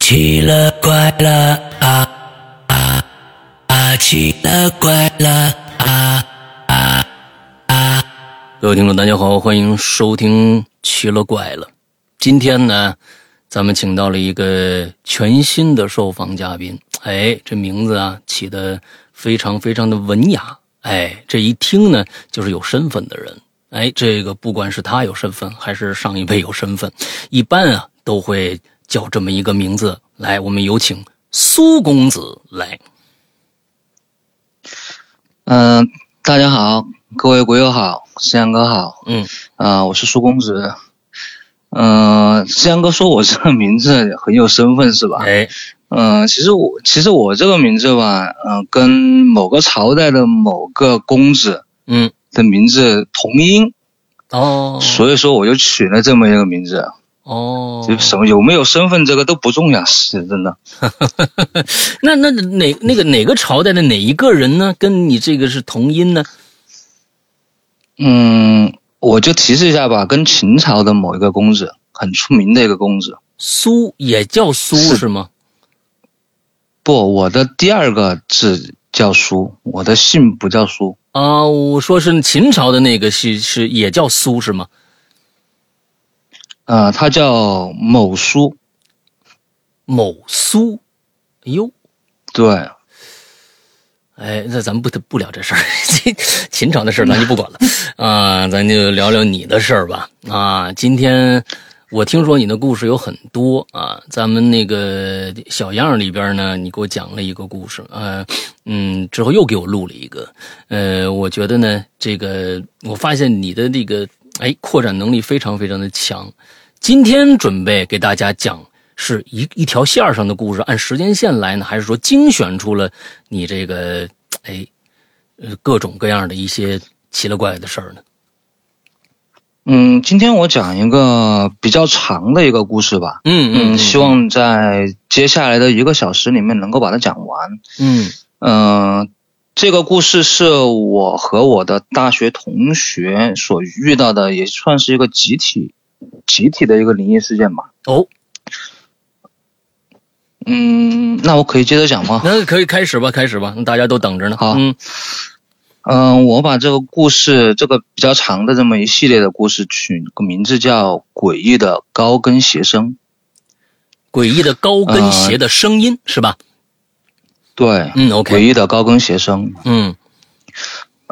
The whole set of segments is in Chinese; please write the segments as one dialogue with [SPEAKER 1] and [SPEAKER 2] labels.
[SPEAKER 1] 奇了怪了啊啊啊！奇了怪了啊啊啊！
[SPEAKER 2] 各位听众，大家好，欢迎收听《奇了怪了》。今天呢，咱们请到了一个全新的受访嘉宾。哎，这名字啊起的非常非常的文雅。哎，这一听呢就是有身份的人。哎，这个不管是他有身份，还是上一辈有身份，一般啊都会叫这么一个名字。来，我们有请苏公子来。
[SPEAKER 3] 嗯、大家好，各位鬼友好，思阳哥好，
[SPEAKER 2] 嗯，
[SPEAKER 3] 啊、我是苏公子。嗯、思阳哥说我这个名字很有身份是吧？
[SPEAKER 2] 哎，
[SPEAKER 3] 嗯、其实我其实我这个名字吧，嗯、跟某个朝代的某个公子
[SPEAKER 2] 嗯，
[SPEAKER 3] 的名字同音，
[SPEAKER 2] 哦，
[SPEAKER 3] 所以说我就取了这么一个名字。
[SPEAKER 2] 哦，
[SPEAKER 3] 就什么有没有身份这个都不重要，是真的。
[SPEAKER 2] 那那哪那个哪个朝代的哪一个人呢？跟你这个是同音呢？
[SPEAKER 3] 嗯，我就提示一下吧，跟秦朝的某一个公子很出名的一个公子。
[SPEAKER 2] 苏也叫苏
[SPEAKER 3] 是
[SPEAKER 2] 是吗？
[SPEAKER 3] 不，我的第二个字叫苏，我的姓不叫苏。
[SPEAKER 2] 啊，我说是秦朝的那个是是也叫苏是吗？
[SPEAKER 3] 呃，他叫某苏，
[SPEAKER 2] 某苏，哎呦，
[SPEAKER 3] 对，
[SPEAKER 2] 哎，那咱们不不聊这事儿， 这秦朝的事儿咱就不管了啊，咱就聊聊你的事儿吧。啊，今天我听说你的故事有很多啊，咱们那个小样儿里边呢，你给我讲了一个故事，呃，嗯，之后又给我录了一个，呃，我觉得呢，这个我发现你的这个哎扩展能力非常非常的强。今天准备给大家讲是一一条线儿上的故事，按时间线来呢，还是说精选出了你这个哎呃各种各样的一些奇了怪的事儿呢？
[SPEAKER 3] 嗯，今天我讲一个比较长的一个故事吧，
[SPEAKER 2] 嗯
[SPEAKER 3] 嗯，希望在接下来的一个小时里面能够把它讲完。
[SPEAKER 2] 嗯
[SPEAKER 3] 嗯、这个故事是我和我的大学同学所遇到的，也算是一个集体集体的一个灵异事件吧。
[SPEAKER 2] 哦，
[SPEAKER 3] 嗯，那我可以接着讲吗？
[SPEAKER 2] 那可以开始吧，开始吧，大家都等着呢。
[SPEAKER 3] 好
[SPEAKER 2] 嗯
[SPEAKER 3] 嗯，我把这个故事，这个比较长的这么一系列的故事取个名字叫《诡异的高跟鞋声》。
[SPEAKER 2] 诡异的高跟
[SPEAKER 3] 呃
[SPEAKER 2] 鞋的声音、是吧？
[SPEAKER 3] 对，
[SPEAKER 2] 嗯
[SPEAKER 3] 诡
[SPEAKER 2] ，OK，
[SPEAKER 3] 异的高跟鞋声。
[SPEAKER 2] 嗯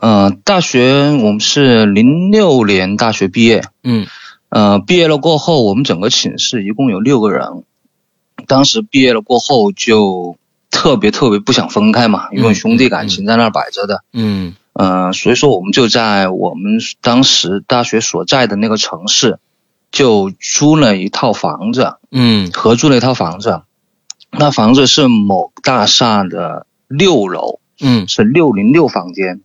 [SPEAKER 3] 嗯，大学我们是零六年大学毕业，
[SPEAKER 2] 嗯
[SPEAKER 3] 呃，毕业了过后，我们整个寝室一共有六个人。当时毕业了过后就特别特别不想分开嘛，因为
[SPEAKER 2] 嗯
[SPEAKER 3] 兄弟感情在那儿摆着的。
[SPEAKER 2] 嗯
[SPEAKER 3] 嗯，所以说我们就在我们当时大学所在的那个城市，就租了一套房子，
[SPEAKER 2] 嗯
[SPEAKER 3] 合租了一套房子。那房子是某大厦的六楼，
[SPEAKER 2] 嗯
[SPEAKER 3] 是六零六房间，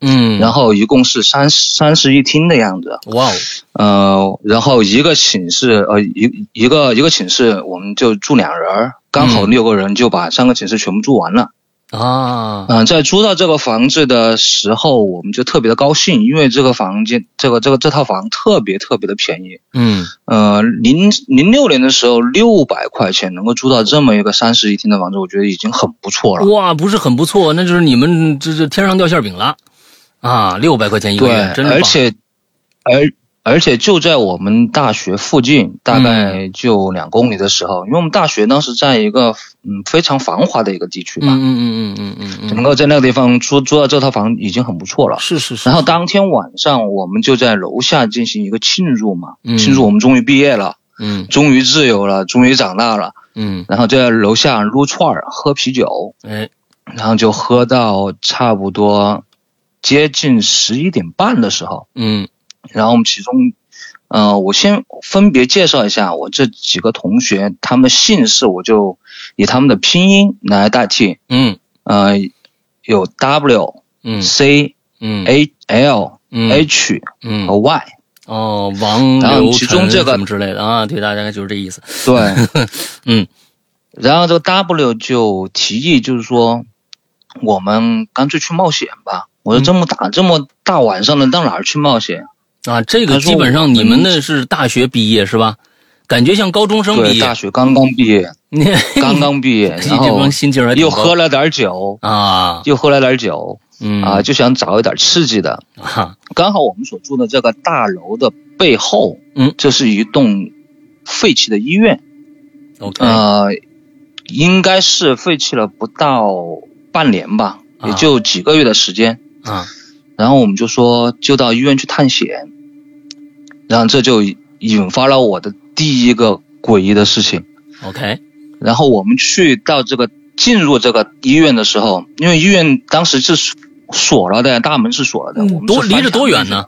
[SPEAKER 2] 嗯，
[SPEAKER 3] 然后一共是三三室一厅的样子。
[SPEAKER 2] 哇哦，
[SPEAKER 3] 呃，然后一个寝室，呃，一一个一个寝室，我们就住两人儿，刚好
[SPEAKER 2] 嗯
[SPEAKER 3] 六个人就把三个寝室全部住完了。
[SPEAKER 2] 啊，
[SPEAKER 3] 嗯、在租到这个房子的时候，我们就特别的高兴，因为这个房间，这个这个这套房特别特别的便宜。
[SPEAKER 2] 嗯
[SPEAKER 3] 呃，零零六年的时候，六百块钱能够租到这么一个三室一厅的房子，我觉得已经很不错了。
[SPEAKER 2] 哇，不是很不错，那就是你们这这天上掉馅饼了啊，六百块钱一个
[SPEAKER 3] 对
[SPEAKER 2] 月，，真是棒
[SPEAKER 3] 而且，而而且就在我们大学附近，大
[SPEAKER 2] 嗯
[SPEAKER 3] 概就两公里的时候，因为我们大学当时在一个嗯非常繁华的一个地区
[SPEAKER 2] 嗯
[SPEAKER 3] 吧，
[SPEAKER 2] 嗯嗯嗯嗯嗯
[SPEAKER 3] 能
[SPEAKER 2] 嗯，
[SPEAKER 3] 够在那个地方租租到这套房已经很不错了。
[SPEAKER 2] 是是是，
[SPEAKER 3] 然后当天晚上，我们就在楼下进行一个庆祝嘛，
[SPEAKER 2] 嗯
[SPEAKER 3] 庆祝我们终于毕业了，
[SPEAKER 2] 嗯
[SPEAKER 3] 终于自由了，终于长大了。
[SPEAKER 2] 嗯，
[SPEAKER 3] 然后在楼下撸串儿、喝啤酒，
[SPEAKER 2] 哎
[SPEAKER 3] 然后就喝到差不多接近十一点半的时候。
[SPEAKER 2] 嗯
[SPEAKER 3] 然后我们其中，呃，我先分别介绍一下我这几个同学他们的姓氏，我就以他们的拼音来代替。
[SPEAKER 2] 嗯
[SPEAKER 3] 呃，有 W、
[SPEAKER 2] 嗯
[SPEAKER 3] C、
[SPEAKER 2] 嗯
[SPEAKER 3] A、L、
[SPEAKER 2] 嗯
[SPEAKER 3] H
[SPEAKER 2] 嗯
[SPEAKER 3] 和 Y。
[SPEAKER 2] 哦，王
[SPEAKER 3] 然后
[SPEAKER 2] 刘
[SPEAKER 3] 其
[SPEAKER 2] 晨
[SPEAKER 3] 中这个
[SPEAKER 2] 什么之类的啊，对，大概就是这意思。，
[SPEAKER 3] 对
[SPEAKER 2] 嗯。
[SPEAKER 3] 然后这个 W 就提议，就是说，我们干脆去冒险吧。我说这么大、这么大晚上的，到哪儿去冒险？
[SPEAKER 2] 啊，这个
[SPEAKER 3] 他说
[SPEAKER 2] 基本
[SPEAKER 3] 我
[SPEAKER 2] 上你们
[SPEAKER 3] 们
[SPEAKER 2] 那是大学毕业是吧？感觉像高中生
[SPEAKER 3] 对，
[SPEAKER 2] 毕
[SPEAKER 3] 大
[SPEAKER 2] 业。
[SPEAKER 3] 学刚刚毕业，
[SPEAKER 2] 你
[SPEAKER 3] 刚刚毕业，
[SPEAKER 2] 这
[SPEAKER 3] 然后
[SPEAKER 2] 帮心劲儿还挺
[SPEAKER 3] 又
[SPEAKER 2] 高
[SPEAKER 3] 喝了点酒，
[SPEAKER 2] 啊，
[SPEAKER 3] 又喝了点酒
[SPEAKER 2] 嗯
[SPEAKER 3] 啊，就想找一点刺激的。
[SPEAKER 2] 啊
[SPEAKER 3] 刚好我们所住的这个大楼的背后，
[SPEAKER 2] 嗯
[SPEAKER 3] 这是一栋废弃的医院，
[SPEAKER 2] ，OK，
[SPEAKER 3] 呃，应该是废弃了不到半年吧，
[SPEAKER 2] 啊
[SPEAKER 3] 也就几个月的时间。
[SPEAKER 2] 啊
[SPEAKER 3] 然后我们就说就到医院去探险，然后这就引发了我的第一个诡异的事情。
[SPEAKER 2] ，OK，
[SPEAKER 3] 然后我们去到这个进入这个医院的时候，因为医院当时是锁锁了的，大门是锁了的。我
[SPEAKER 2] 嗯
[SPEAKER 3] 们
[SPEAKER 2] 多
[SPEAKER 3] 是
[SPEAKER 2] 离着多
[SPEAKER 3] 翻
[SPEAKER 2] 远
[SPEAKER 3] 墙进去的？
[SPEAKER 2] 呢？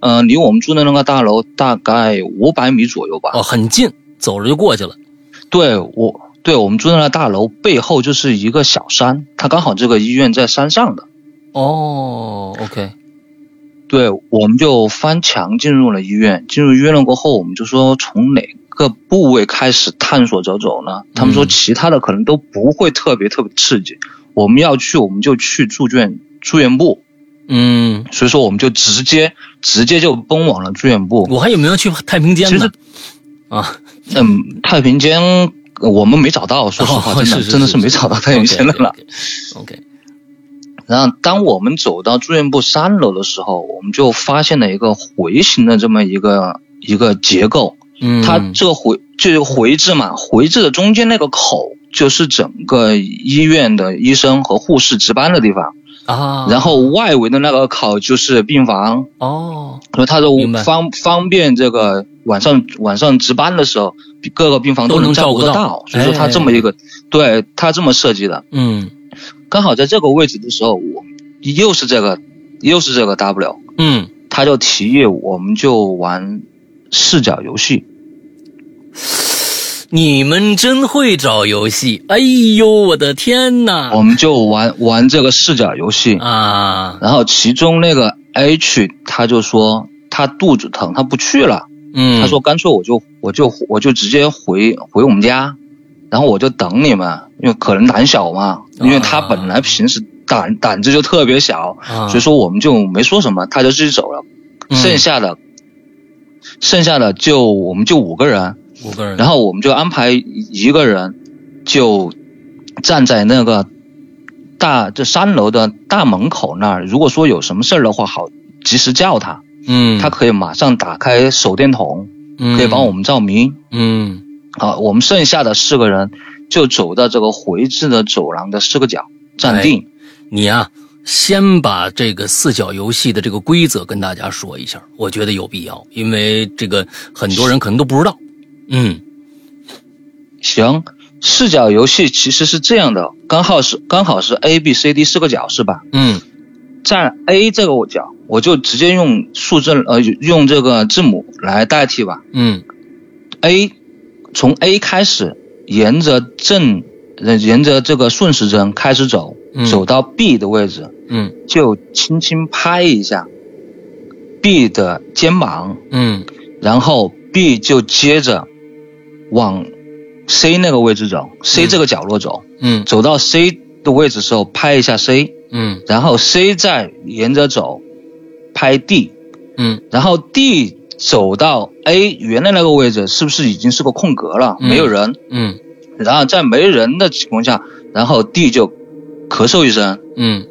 [SPEAKER 3] 呃，离我们住的那个大楼大概五百米左右吧。
[SPEAKER 2] 哦，很近，走着就过去了。
[SPEAKER 3] 对我，对我们住的那个大楼背后就是一个小山，它刚好这个医院在山上的。
[SPEAKER 2] 哦，OK，
[SPEAKER 3] 对，我们就翻墙进入了医院。进入医院了过后，我们就说从哪个部位开始探索着走呢？他们说
[SPEAKER 2] 嗯
[SPEAKER 3] 其他的可能都不会特别特别刺激，我们要去我们就去住院住院部，
[SPEAKER 2] 嗯，
[SPEAKER 3] 所以说我们就直接直接就奔往了住院部。
[SPEAKER 2] 我还有没有去太平间
[SPEAKER 3] 其
[SPEAKER 2] 呢
[SPEAKER 3] 实？
[SPEAKER 2] 啊，
[SPEAKER 3] 嗯，太平间呃我们没找到，说实话，
[SPEAKER 2] 哦
[SPEAKER 3] 真的
[SPEAKER 2] 是是
[SPEAKER 3] 真的
[SPEAKER 2] 是
[SPEAKER 3] 是没找到太平间的了。
[SPEAKER 2] OK，
[SPEAKER 3] 然后，当我们走到住院部三楼的时候，我们就发现了一个回形的这么一个一个结构。
[SPEAKER 2] 嗯，
[SPEAKER 3] 它这个回就是回字嘛，回字的中间那个口就是整个医院的医生和护士值班的地方，
[SPEAKER 2] 啊，
[SPEAKER 3] 然后外围的那个口就是病房，
[SPEAKER 2] 哦，
[SPEAKER 3] 所以它就
[SPEAKER 2] 明白
[SPEAKER 3] 方方便这个晚上晚上值班的时候，各个病房
[SPEAKER 2] 都能
[SPEAKER 3] 能照
[SPEAKER 2] 照顾
[SPEAKER 3] 顾得
[SPEAKER 2] 到
[SPEAKER 3] 到。所以说
[SPEAKER 2] 哎
[SPEAKER 3] 它这么一个，对它这么设计的。
[SPEAKER 2] 嗯
[SPEAKER 3] 刚好在这个位置的时候，我又是这个又是这个 W，
[SPEAKER 2] 嗯，
[SPEAKER 3] 他就提议我们就玩视角游戏。
[SPEAKER 2] 你们真会找游戏，哎呦，我的天呐！
[SPEAKER 3] 我们就玩玩这个视角游戏。
[SPEAKER 2] 啊，
[SPEAKER 3] 然后其中那个 H 他就说他肚子疼，他不去了。
[SPEAKER 2] 嗯，
[SPEAKER 3] 他说干脆我就我就我就直接回回我们家，然后我就等你们，因为可能胆小嘛，因为他本来平时胆胆子就特别小，
[SPEAKER 2] 啊，
[SPEAKER 3] 所以说我们就没说什么，他就自己走了。
[SPEAKER 2] 嗯
[SPEAKER 3] 剩下的、剩下的就我们就五个人，
[SPEAKER 2] 五个人，
[SPEAKER 3] 然后我们就安排一个人就站在那个大这三楼的大门口那儿，如果说有什么事儿的话，好及时叫他，
[SPEAKER 2] 嗯，
[SPEAKER 3] 他可以马上打开手电筒，可
[SPEAKER 2] 可
[SPEAKER 3] 以帮我，们照明。
[SPEAKER 2] 嗯
[SPEAKER 3] 好，我们剩下的四个人就走到这个回字的走廊的四个角站
[SPEAKER 2] 哎
[SPEAKER 3] 定。
[SPEAKER 2] 嗯，你啊，先把这个四角游戏的这个规则跟大家说一下，我觉得有必要，因为这个很多人可能都不知道。嗯
[SPEAKER 3] 行，视角游戏其实是这样的，刚好是刚好是 A B C D 四个角是吧？
[SPEAKER 2] 嗯
[SPEAKER 3] 站 A 这个我讲，我就直接用数字呃用这个字母来代替吧。
[SPEAKER 2] 嗯
[SPEAKER 3] A 从 A 开始，沿着正呃沿着这个顺时针开始走，
[SPEAKER 2] 嗯
[SPEAKER 3] 走到 B 的位置，
[SPEAKER 2] 嗯
[SPEAKER 3] 就轻轻拍一下 B 的肩膀，
[SPEAKER 2] 嗯
[SPEAKER 3] 然后 B 就接着往 C 那个位置走，C
[SPEAKER 2] 嗯
[SPEAKER 3] 这个角落走，
[SPEAKER 2] 嗯
[SPEAKER 3] 走到 C 的位置时候拍一下 C，
[SPEAKER 2] 嗯
[SPEAKER 3] 然后 C 再沿着走拍 D。
[SPEAKER 2] 嗯
[SPEAKER 3] 然后 D 走到 A 原来那个位置，是不是已经是个空格了？
[SPEAKER 2] 嗯
[SPEAKER 3] 没有人。
[SPEAKER 2] 嗯
[SPEAKER 3] 然后在没人的情况下，然后 D 就咳嗽一声，
[SPEAKER 2] 嗯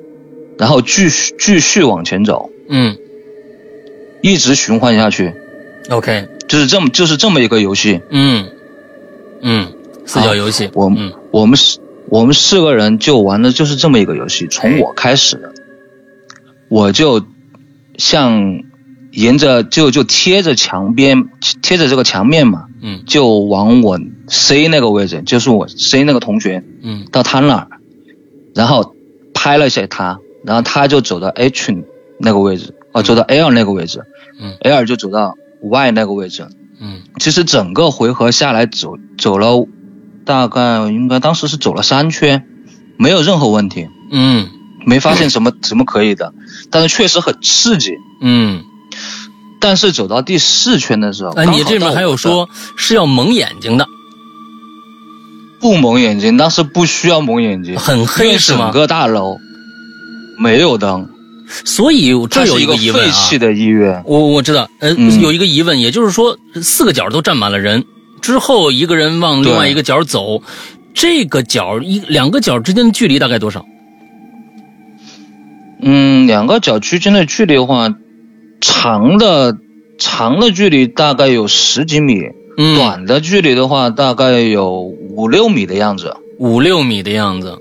[SPEAKER 3] 然后继续继续往前走，
[SPEAKER 2] 嗯
[SPEAKER 3] 一直循环下去，
[SPEAKER 2] ，OK，
[SPEAKER 3] 就是这么就是这么一个游戏。
[SPEAKER 2] 嗯嗯，四角游戏，
[SPEAKER 3] 我们、
[SPEAKER 2] 嗯
[SPEAKER 3] 我们四我们四个人就玩的就是这么一个游戏，从我开始的，我就像沿着就就贴着墙边贴着这个墙面嘛，
[SPEAKER 2] 嗯
[SPEAKER 3] 就往我 C 那个位置，就是我 C 那个同学
[SPEAKER 2] 嗯
[SPEAKER 3] 到他那儿，然后拍了一下他，然后他就走到 H 那个位置，哦，走到 L 那个位置，
[SPEAKER 2] 嗯
[SPEAKER 3] ，L 就走到 Y 那个位置。
[SPEAKER 2] 嗯
[SPEAKER 3] 其实整个回合下来走走了，大概应该当时是走了三圈，没有任何问题，
[SPEAKER 2] 嗯
[SPEAKER 3] 没发现什么什么可以的，但是确实很刺激。
[SPEAKER 2] 嗯。
[SPEAKER 3] 但是走到第四圈的时候，
[SPEAKER 2] 哎，
[SPEAKER 3] 刚好
[SPEAKER 2] 你这
[SPEAKER 3] 到
[SPEAKER 2] 边还
[SPEAKER 3] 我
[SPEAKER 2] 有
[SPEAKER 3] 的
[SPEAKER 2] 说是要蒙眼睛的，
[SPEAKER 3] 不蒙眼睛，当时不需要蒙眼睛，
[SPEAKER 2] 很
[SPEAKER 3] 因
[SPEAKER 2] 黑
[SPEAKER 3] 为
[SPEAKER 2] 是吗
[SPEAKER 3] 整？个大楼没有灯，
[SPEAKER 2] 所以这
[SPEAKER 3] 它
[SPEAKER 2] 有
[SPEAKER 3] 是一
[SPEAKER 2] 个疑问
[SPEAKER 3] 废
[SPEAKER 2] 啊，
[SPEAKER 3] 弃的医院。
[SPEAKER 2] 我我知道，呃，
[SPEAKER 3] 嗯
[SPEAKER 2] 有一个疑问，也就是说四个角都站满了人，之后一个人往另外一个角走，这个角一两个角之间的距离大概多少？
[SPEAKER 3] 嗯，两个角区间的距离的话，长的长的距离大概有十几米，
[SPEAKER 2] 嗯，
[SPEAKER 3] 短的距离的话大概有五六米的样子。
[SPEAKER 2] 五六米的样子。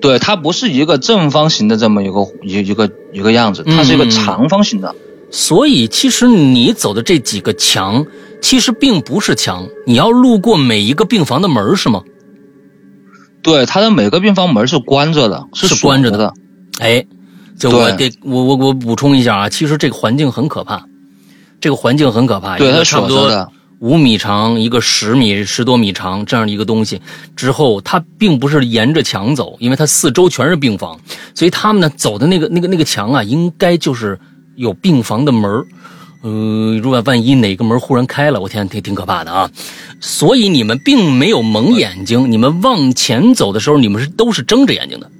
[SPEAKER 3] 对，它不是一个正方形的这么一个一一个一个样子，它是一个
[SPEAKER 2] 嗯
[SPEAKER 3] 长方形的。
[SPEAKER 2] 所以其实你走的这几个墙，其实并不是墙，你要路过每一个病房的门儿是吗？
[SPEAKER 3] 对，它的每个病房门是关着的，
[SPEAKER 2] 是
[SPEAKER 3] 锁
[SPEAKER 2] 关着的
[SPEAKER 3] 的。
[SPEAKER 2] 哎，就我
[SPEAKER 3] 对
[SPEAKER 2] 给我我我补充一下啊，其实这个环境很可怕，这个环境很可怕，
[SPEAKER 3] 对，
[SPEAKER 2] 一
[SPEAKER 3] 它
[SPEAKER 2] 个
[SPEAKER 3] 是
[SPEAKER 2] 哎差不
[SPEAKER 3] 锁
[SPEAKER 2] 多
[SPEAKER 3] 着的。
[SPEAKER 2] 五米长，一个十米十多米长这样一个东西之后，它并不是沿着墙走，因为它四周全是病房，所以他们呢走的那个那个那个墙啊，应该就是有病房的门儿。呃，如果万一哪个门忽然开了，我天，挺挺可怕的啊！所以你们并没有蒙眼睛，你们往前走的时候，你们是都是睁着眼睛的。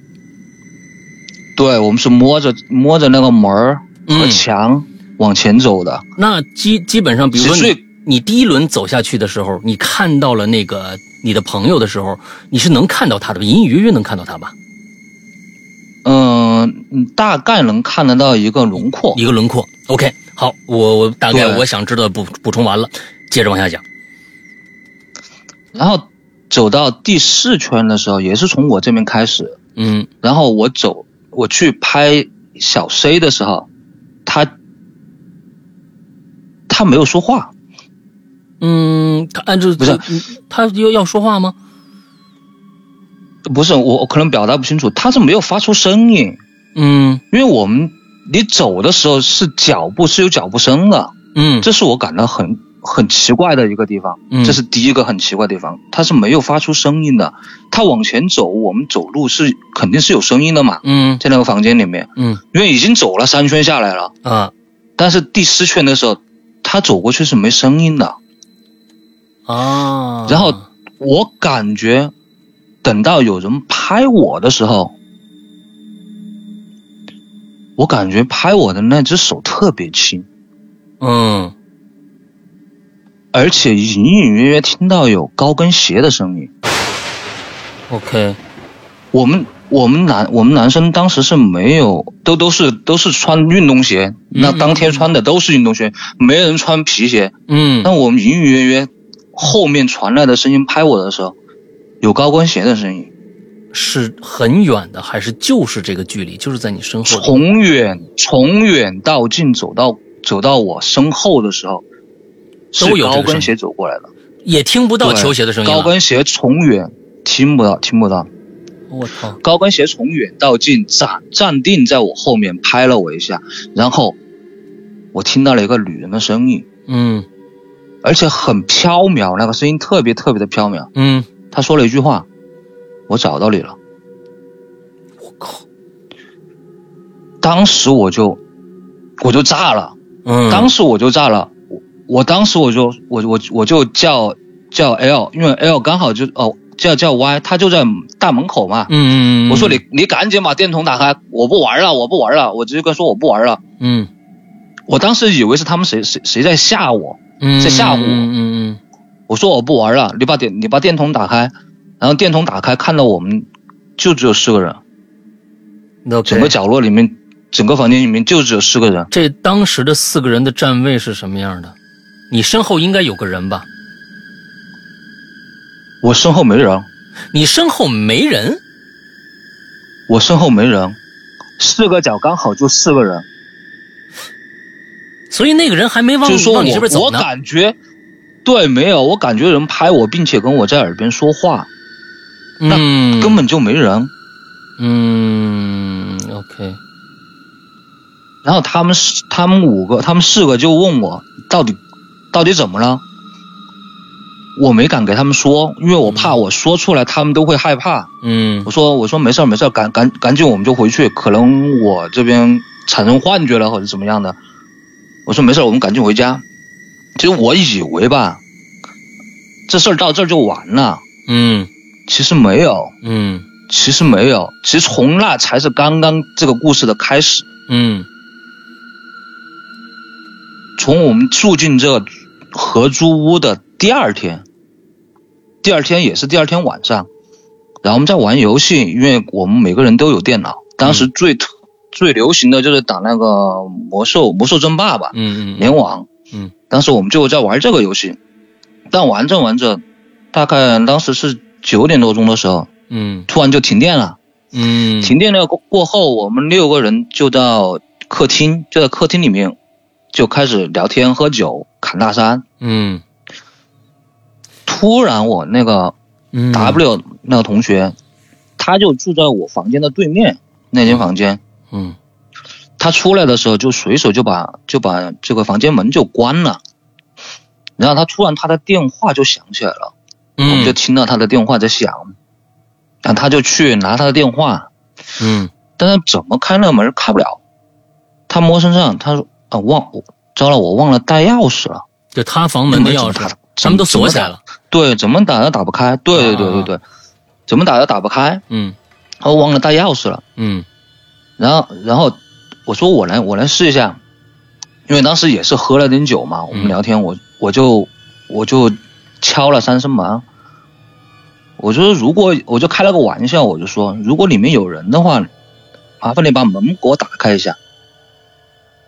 [SPEAKER 3] 对，我们是摸着摸着那个门儿和
[SPEAKER 2] 嗯
[SPEAKER 3] 墙往前走的。
[SPEAKER 2] 那基基本上，比如说
[SPEAKER 3] 其实
[SPEAKER 2] 你你第一轮走下去的时候，你看到了那个你的朋友的时候，你是能看到他的吧，隐隐约约能看到他吧？
[SPEAKER 3] 嗯，你大概能看得到一个轮廓。
[SPEAKER 2] 一个轮廓。OK，好，我我大概
[SPEAKER 3] 对
[SPEAKER 2] 我想知道的补补充完了，接着往下讲。
[SPEAKER 3] 然后走到第四圈的时候，也是从我这边开始。
[SPEAKER 2] 嗯
[SPEAKER 3] 然后我走，我去拍小 C 的时候，他他没有说话，
[SPEAKER 2] 嗯，他按照
[SPEAKER 3] 不是
[SPEAKER 2] 他要要说话吗？
[SPEAKER 3] 不是我，我可能表达不清楚，他是没有发出声音，
[SPEAKER 2] 嗯
[SPEAKER 3] 因为我们你走的时候是脚步是有脚步声的，
[SPEAKER 2] 嗯，
[SPEAKER 3] 这是我感到很很奇怪的一个地方，
[SPEAKER 2] 嗯
[SPEAKER 3] 这是第一个很奇怪的地方，他是没有发出声音的，他往前走，我们走路是肯定是有声音的嘛，
[SPEAKER 2] 嗯
[SPEAKER 3] 在那个房间里面，
[SPEAKER 2] 嗯
[SPEAKER 3] 因为已经走了三圈下来了，
[SPEAKER 2] 啊
[SPEAKER 3] 但是第四圈的时候，他走过去是没声音的，
[SPEAKER 2] 啊，
[SPEAKER 3] 然后我感觉等到有人拍我的时候，我感觉拍我的那只手特别轻，
[SPEAKER 2] 嗯
[SPEAKER 3] 而且隐隐约约听到有高跟鞋的声音。
[SPEAKER 2] ，OK，
[SPEAKER 3] 我们我们男我们男生当时是没有，都都是都是穿运动鞋，那当天穿的都是运动鞋，没人穿皮鞋。
[SPEAKER 2] 嗯
[SPEAKER 3] 但我们隐隐约约后面传来的声音拍我的时候，有高跟鞋的声音，
[SPEAKER 2] 是很远的，还是就是这个距离，就是在你身后的？
[SPEAKER 3] 从远从远到近走到走到我身后的时候，是
[SPEAKER 2] 都有这个
[SPEAKER 3] 高跟
[SPEAKER 2] 声
[SPEAKER 3] 鞋走过来的，
[SPEAKER 2] 也听不到
[SPEAKER 3] 对
[SPEAKER 2] 球鞋的声音啊
[SPEAKER 3] 高
[SPEAKER 2] 了。
[SPEAKER 3] 跟鞋从远听不到听不到。
[SPEAKER 2] 我操！
[SPEAKER 3] 高跟鞋从远到近站站定在我后面拍了我一下，然后我听到了一个女人的声音，
[SPEAKER 2] 嗯
[SPEAKER 3] 而且很飘渺，那个声音特别特别的飘渺。
[SPEAKER 2] 嗯，
[SPEAKER 3] 她说了一句话：“我找到你了。
[SPEAKER 2] 我靠！”
[SPEAKER 3] 当时我就我就炸了，
[SPEAKER 2] 嗯，
[SPEAKER 3] 当时我就炸了，我我当时我就我我我就叫叫 L，因为 L 刚好就哦叫叫 Y，他就在大门口嘛。
[SPEAKER 2] 嗯嗯，嗯
[SPEAKER 3] 我说你你赶紧把电筒打开，我不玩了，我不玩了，我直接跟他说我不玩了。
[SPEAKER 2] 嗯
[SPEAKER 3] 我当时以为是他们谁谁谁在吓我，
[SPEAKER 2] 嗯
[SPEAKER 3] 在吓唬我
[SPEAKER 2] 嗯嗯
[SPEAKER 3] 我说我不玩了，你把电你把电筒打开，然后电筒打开看到我们就只有四个人，
[SPEAKER 2] 嗯，OK，
[SPEAKER 3] 整个角落里面，整个房间里面就只有四个人，
[SPEAKER 2] 这当时的四个人的站位是什么样的？你身后应该有个人吧？
[SPEAKER 3] 我身后没人，
[SPEAKER 2] 你身后没人，
[SPEAKER 3] 我身后没人，四个角刚好就四个人，
[SPEAKER 2] 所以那个人还没往
[SPEAKER 3] 就是说
[SPEAKER 2] 往你这边
[SPEAKER 3] 我
[SPEAKER 2] 走
[SPEAKER 3] 我
[SPEAKER 2] 呢。
[SPEAKER 3] 感觉。对，没有，我感觉人拍我，并且跟我在耳边说话，
[SPEAKER 2] 嗯，
[SPEAKER 3] 根本就没人。
[SPEAKER 2] 嗯，OK，
[SPEAKER 3] 然后他们四他们五个，他们四个就问我到底到底怎么了？我没敢给他们说，因为我怕我说出来他们都会害怕。
[SPEAKER 2] 嗯
[SPEAKER 3] 我说我说没事儿没事儿，赶赶赶紧我们就回去，可能我这边产生幻觉了或者怎么样的。我说没事儿，我们赶紧回家。其实我以为吧，这事儿到这儿就完了，
[SPEAKER 2] 嗯
[SPEAKER 3] 其实没有，
[SPEAKER 2] 嗯
[SPEAKER 3] 其实没有，其实从那才是刚刚这个故事的开始。
[SPEAKER 2] 嗯
[SPEAKER 3] 从我们住进这合租屋的第二天，第二天也是第二天晚上，然后我们在玩游戏，因为我们每个人都有电脑，当时最、最流行的就是打那个魔兽魔兽争霸吧，
[SPEAKER 2] 嗯嗯
[SPEAKER 3] 联网，
[SPEAKER 2] 嗯，
[SPEAKER 3] 当时我们就在玩这个游戏，但玩着玩着，大概当时是九点多钟的时候，
[SPEAKER 2] 嗯
[SPEAKER 3] 突然就停电了。
[SPEAKER 2] 嗯，
[SPEAKER 3] 停电了过过后，我们六个人就到客厅，就在客厅里面就开始聊天、喝酒、侃大山。
[SPEAKER 2] 嗯
[SPEAKER 3] 突然，我那个
[SPEAKER 2] 嗯
[SPEAKER 3] W 那个同学，他就住在我房间的对面那间房间。
[SPEAKER 2] 嗯
[SPEAKER 3] 他出来的时候就随手就把就把这个房间门就关了，然后他突然他的电话就响起来了，我们就
[SPEAKER 2] 嗯
[SPEAKER 3] 听到他的电话在响，然后他就去拿他的电话，
[SPEAKER 2] 嗯
[SPEAKER 3] 但是怎么开那个门开不了，他摸身上，他说啊忘我糟了，我忘了带钥匙了，
[SPEAKER 2] 就他房门的钥
[SPEAKER 3] 怎么
[SPEAKER 2] 匙
[SPEAKER 3] 打，
[SPEAKER 2] 他们都锁起来了。啊
[SPEAKER 3] 对，怎么打都打不开，对对对对对，怎么打都打不开，
[SPEAKER 2] 嗯
[SPEAKER 3] 他忘了带钥匙了。
[SPEAKER 2] 嗯
[SPEAKER 3] 然后然后我说我来我来试一下，因为当时也是喝了点酒嘛，
[SPEAKER 2] 嗯
[SPEAKER 3] 我们聊天，我我就我就敲了三声门，我就说如果我就开了个玩笑，我就说如果里面有人的话，麻烦你把门给我打开一下。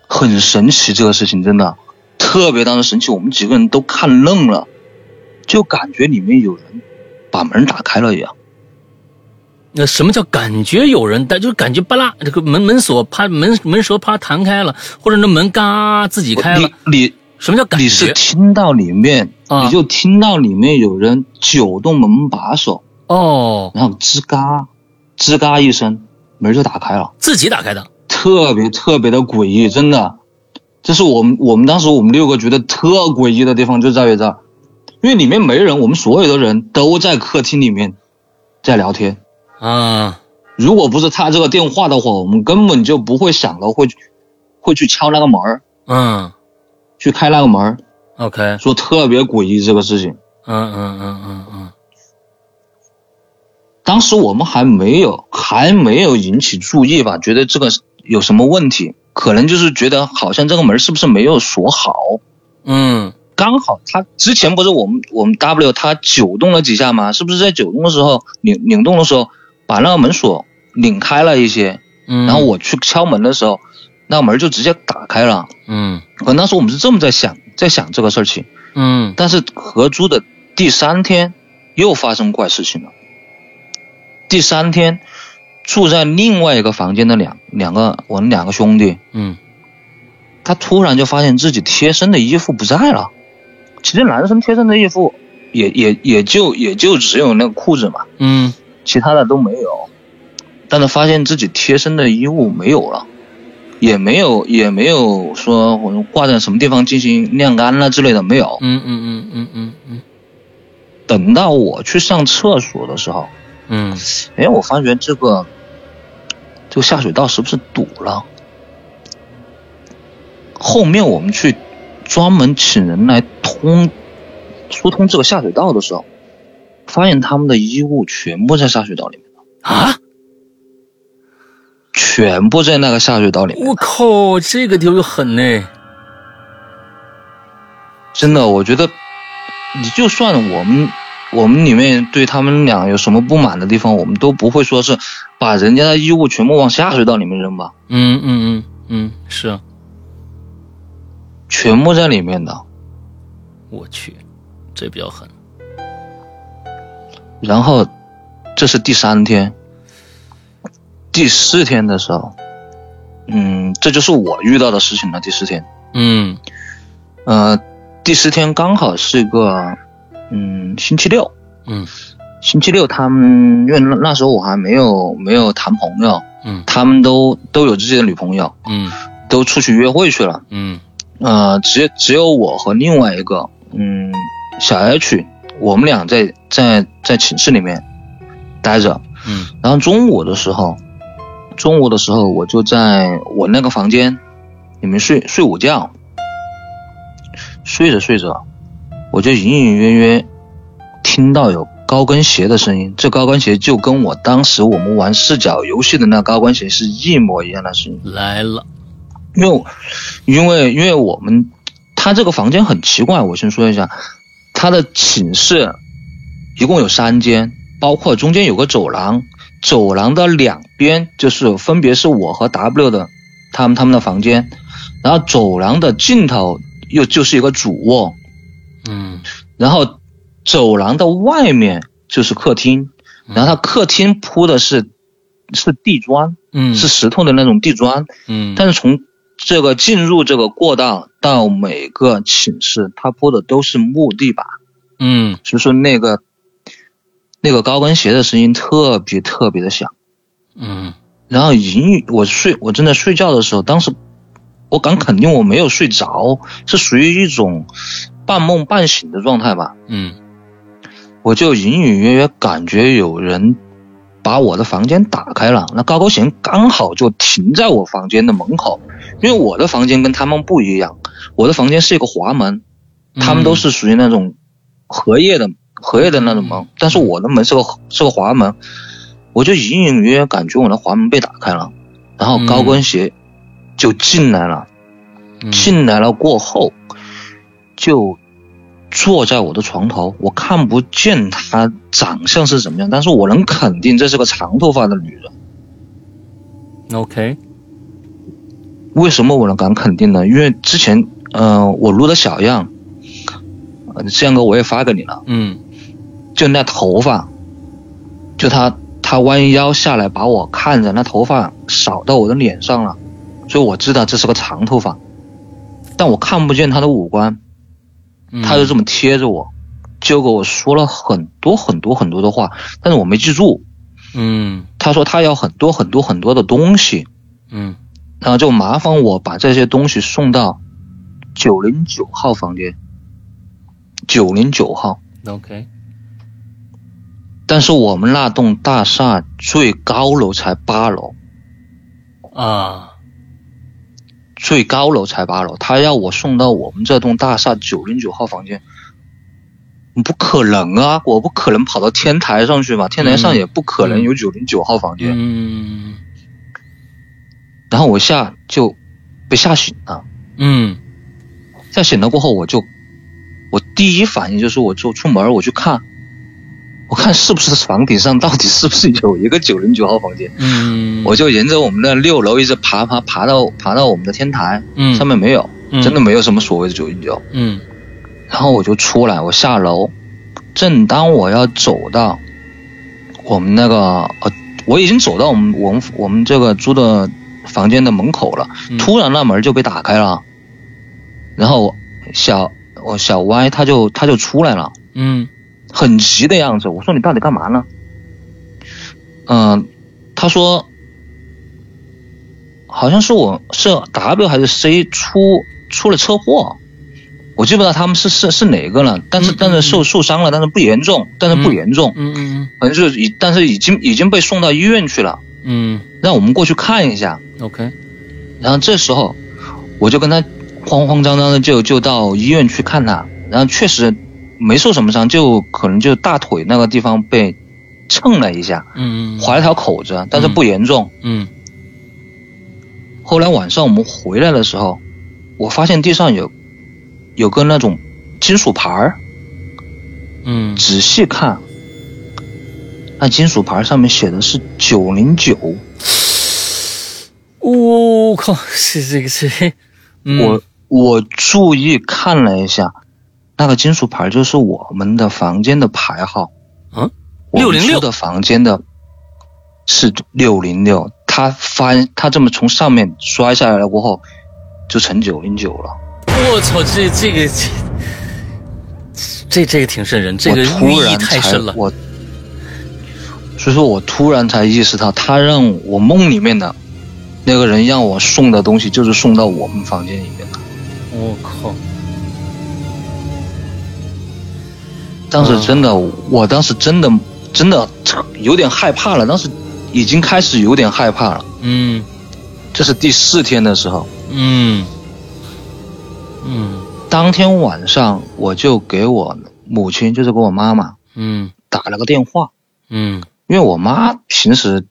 [SPEAKER 3] 很神奇，这个事情真的特别当时神奇，我们几个人都看愣了，就感觉里面有人把门打开了一样。
[SPEAKER 2] 那什么叫感觉有人？但就是感觉巴拉这个门门锁啪门门舌啪弹开了，或者那门嘎自己开了。
[SPEAKER 3] 哦你你
[SPEAKER 2] 什么叫感
[SPEAKER 3] 你是
[SPEAKER 2] 觉？
[SPEAKER 3] 听到里面，
[SPEAKER 2] 啊
[SPEAKER 3] 你就听到里面有人扭动门把手，
[SPEAKER 2] 哦，
[SPEAKER 3] 然后吱嘎，吱嘎一声，门就打开了，
[SPEAKER 2] 自己打开的。
[SPEAKER 3] 特别特别的诡异，真的。这是我们我们当时我们六个觉得特诡异的地方就在于这儿，因为里面没人，我们所有的人都在客厅里面在聊天。
[SPEAKER 2] 啊，
[SPEAKER 3] 如果不是他这个电话的话，我们根本就不会想到会去会去敲那个门儿，
[SPEAKER 2] 嗯
[SPEAKER 3] 去开那个门儿，
[SPEAKER 2] ，OK，嗯
[SPEAKER 3] 说特别诡异这个事情。
[SPEAKER 2] 嗯嗯嗯嗯，
[SPEAKER 3] 当时我们还没有还没有引起注意吧，觉得这个有什么问题，可能就是觉得好像这个门是不是没有锁好。
[SPEAKER 2] 嗯
[SPEAKER 3] 刚好他之前不是我们我们 W 他扭动了几下吗？是不是在扭动的时候拧拧动的时候把那个门锁拧开了一些？
[SPEAKER 2] 嗯，
[SPEAKER 3] 然后我去敲门的时候，那个门就直接打开了。
[SPEAKER 2] 嗯
[SPEAKER 3] 可能当时我们是这么在想，在想这个事情。
[SPEAKER 2] 嗯
[SPEAKER 3] 但是合租的第三天又发生怪事情了。第三天，住在另外一个房间的两两个我们两个兄弟，
[SPEAKER 2] 嗯
[SPEAKER 3] 他突然就发现自己贴身的衣服不在了。其实男生贴身的衣服也也也就也就只有那个裤子嘛，
[SPEAKER 2] 嗯
[SPEAKER 3] 其他的都没有。但他发现自己贴身的衣物没有了，也没有也没有说我挂在什么地方进行晾干了之类的没有。
[SPEAKER 2] 嗯嗯嗯嗯嗯
[SPEAKER 3] 等到我去上厕所的时候，
[SPEAKER 2] 嗯
[SPEAKER 3] 哎，我发觉这个这个下水道是不是堵了？后面我们去专门请人来通疏通这个下水道的时候，发现他们的衣物全部在下水道里面，
[SPEAKER 2] 啊！
[SPEAKER 3] 全部在那个下水道里面。
[SPEAKER 2] 我靠，这个地方狠呢。
[SPEAKER 3] 真的，我觉得你就算我们我们里面对他们俩有什么不满的地方，我们都不会说是把人家的衣物全部往下水道里面扔吧，
[SPEAKER 2] 嗯嗯嗯嗯，是啊，
[SPEAKER 3] 全部在里面的。
[SPEAKER 2] 我去，这比较狠。
[SPEAKER 3] 然后这是第三天，第四天的时候，嗯，这就是我遇到的事情了。第四天，
[SPEAKER 2] 嗯
[SPEAKER 3] 呃，第四天刚好是个，嗯，星期六，
[SPEAKER 2] 嗯
[SPEAKER 3] 星期六他们因为那那时候我还没有没有谈朋友，
[SPEAKER 2] 嗯
[SPEAKER 3] 他们都都有自己的女朋友，
[SPEAKER 2] 嗯
[SPEAKER 3] 都出去约会去了。
[SPEAKER 2] 嗯
[SPEAKER 3] 呃，只只有我和另外一个，嗯，小 H，我们俩在在在寝室里面待着。
[SPEAKER 2] 嗯
[SPEAKER 3] 然后中午的时候，中午的时候我就在我那个房间里面睡睡午觉，睡着睡着，我就隐隐约约听到有高跟鞋的声音。这高跟鞋就跟我当时我们玩视角游戏的那高跟鞋是一模一样的声音。
[SPEAKER 2] 来了。
[SPEAKER 3] 因为我因为因为我们他这个房间很奇怪，我先说一下，他的寝室一共有三间，包括中间有个走廊，走廊的两边就是分别是我和 W 的他们他们的房间，然后走廊的尽头又就是一个主卧，
[SPEAKER 2] 嗯
[SPEAKER 3] 然后走廊的外面就是客厅，
[SPEAKER 2] 嗯
[SPEAKER 3] 然后他客厅铺的是是地砖，
[SPEAKER 2] 嗯
[SPEAKER 3] 是石头的那种地砖，
[SPEAKER 2] 嗯，
[SPEAKER 3] 但是从这个进入这个过道到每个寝室，它铺的都是木地板，
[SPEAKER 2] 嗯
[SPEAKER 3] 所以说那个那个高跟鞋的声音特别特别的响。
[SPEAKER 2] 嗯
[SPEAKER 3] 然后隐隐我睡我正在睡觉的时候，当时我敢肯定我没有睡着，是属于一种半梦半醒的状态吧。
[SPEAKER 2] 嗯
[SPEAKER 3] 我就隐隐约约感觉有人把我的房间打开了，那高跟鞋刚好就停在我房间的门口，因为我的房间跟他们不一样，我的房间是一个滑门，他
[SPEAKER 2] 嗯
[SPEAKER 3] 们都是属于那种荷叶的荷叶的那种门，但是我的门是个是个滑门，我就隐隐约约感觉我的滑门被打开了，然后高跟鞋就进来了，
[SPEAKER 2] 嗯
[SPEAKER 3] 进来了过后，就坐在我的床头，我看不见她长相是怎么样，但是我能肯定这是个长头发的女人。
[SPEAKER 2] OK，
[SPEAKER 3] 为什么我能敢肯定呢？因为之前，呃，我录的小样，呃，样哥我也发给你了，
[SPEAKER 2] 嗯
[SPEAKER 3] 就那头发，就她她弯腰下来把我看着，那头发扫到我的脸上了，所以我知道这是个长头发，但我看不见她的五官，
[SPEAKER 2] 嗯
[SPEAKER 3] 他就这么贴着我，就给我说了很多很多很多的话，但是我没记住。
[SPEAKER 2] 嗯
[SPEAKER 3] 他说他要很多很多很多的东西，
[SPEAKER 2] 嗯
[SPEAKER 3] 然后就麻烦我把这些东西送到九零九号房间。九零九号，
[SPEAKER 2] OK，
[SPEAKER 3] 但是我们那栋大厦最高楼才八楼，
[SPEAKER 2] 啊，
[SPEAKER 3] 最高楼才八楼，他要我送到我们这栋大厦九零九号房间，不可能啊！我不可能跑到天台上去吧？天台上也不可能有九零九号房间。
[SPEAKER 2] 嗯
[SPEAKER 3] 然后我一下就被吓醒了，
[SPEAKER 2] 嗯
[SPEAKER 3] 吓醒了过后，我就我第一反应就是我就出门我去看，我看是不是房顶上到底是不是有一个九零九号房间，
[SPEAKER 2] 嗯，
[SPEAKER 3] 我就沿着我们的六楼一直爬爬爬到爬到我们的天台，
[SPEAKER 2] 嗯
[SPEAKER 3] 上面没有，
[SPEAKER 2] 嗯
[SPEAKER 3] 真的没有什么所谓的九零九。
[SPEAKER 2] 嗯
[SPEAKER 3] 然后我就出来，我下楼，正当我要走到我们那个呃，我已经走到我们我们我们这个租的房间的门口了，
[SPEAKER 2] 嗯
[SPEAKER 3] 突然那门就被打开了，然后小我小歪他就他就出来了，
[SPEAKER 2] 嗯
[SPEAKER 3] 很急的样子。我说你到底干嘛呢？嗯、他说好像是我是 W 还是 C 出出了车祸，我记不到他们是是是哪个了，但是
[SPEAKER 2] 嗯嗯
[SPEAKER 3] 但是受受伤了，但是不严重，但是不
[SPEAKER 2] 嗯
[SPEAKER 3] 严重，
[SPEAKER 2] 嗯嗯
[SPEAKER 3] 反正就是已但是已经已经被送到医院去了，
[SPEAKER 2] 嗯
[SPEAKER 3] 让我们过去看一下。
[SPEAKER 2] OK，
[SPEAKER 3] 然后这时候我就跟他慌慌张张的就就到医院去看他，然后确实没受什么伤，就可能就大腿那个地方被蹭了一下，
[SPEAKER 2] 嗯
[SPEAKER 3] 划了条口子，但是不严重。
[SPEAKER 2] 嗯
[SPEAKER 3] 后来晚上我们回来的时候，我发现地上有有个那种金属牌儿，
[SPEAKER 2] 嗯
[SPEAKER 3] 仔细看，那金属牌上面写的是九零九。
[SPEAKER 2] 我靠， 是这个是，嗯
[SPEAKER 3] 我我注意看了一下，那个金属牌就是我们的房间的牌号
[SPEAKER 2] 啊，
[SPEAKER 3] 我们
[SPEAKER 2] 606
[SPEAKER 3] 租的房间的是六零六，他翻他这么从上面摔下来了过后，就成九零九了。
[SPEAKER 2] 我操，这这个这这这个挺瘆人，这个
[SPEAKER 3] 我
[SPEAKER 2] 寓
[SPEAKER 3] 突
[SPEAKER 2] 意
[SPEAKER 3] 然
[SPEAKER 2] 太
[SPEAKER 3] 才
[SPEAKER 2] 深了。
[SPEAKER 3] 我，所以说我突然才意识到，他让我梦里面的那个人让我送的东西，就是送到我们房间里面的。
[SPEAKER 2] 我靠，
[SPEAKER 3] 当时真的，我当时真的真的有点害怕了，当时已经开始有点害怕了。
[SPEAKER 2] 嗯
[SPEAKER 3] 这是第四天的时候，
[SPEAKER 2] 嗯嗯
[SPEAKER 3] 当天晚上我就给我母亲，就是给我妈妈
[SPEAKER 2] 嗯
[SPEAKER 3] 打了个电话，
[SPEAKER 2] 嗯
[SPEAKER 3] 因为我妈平时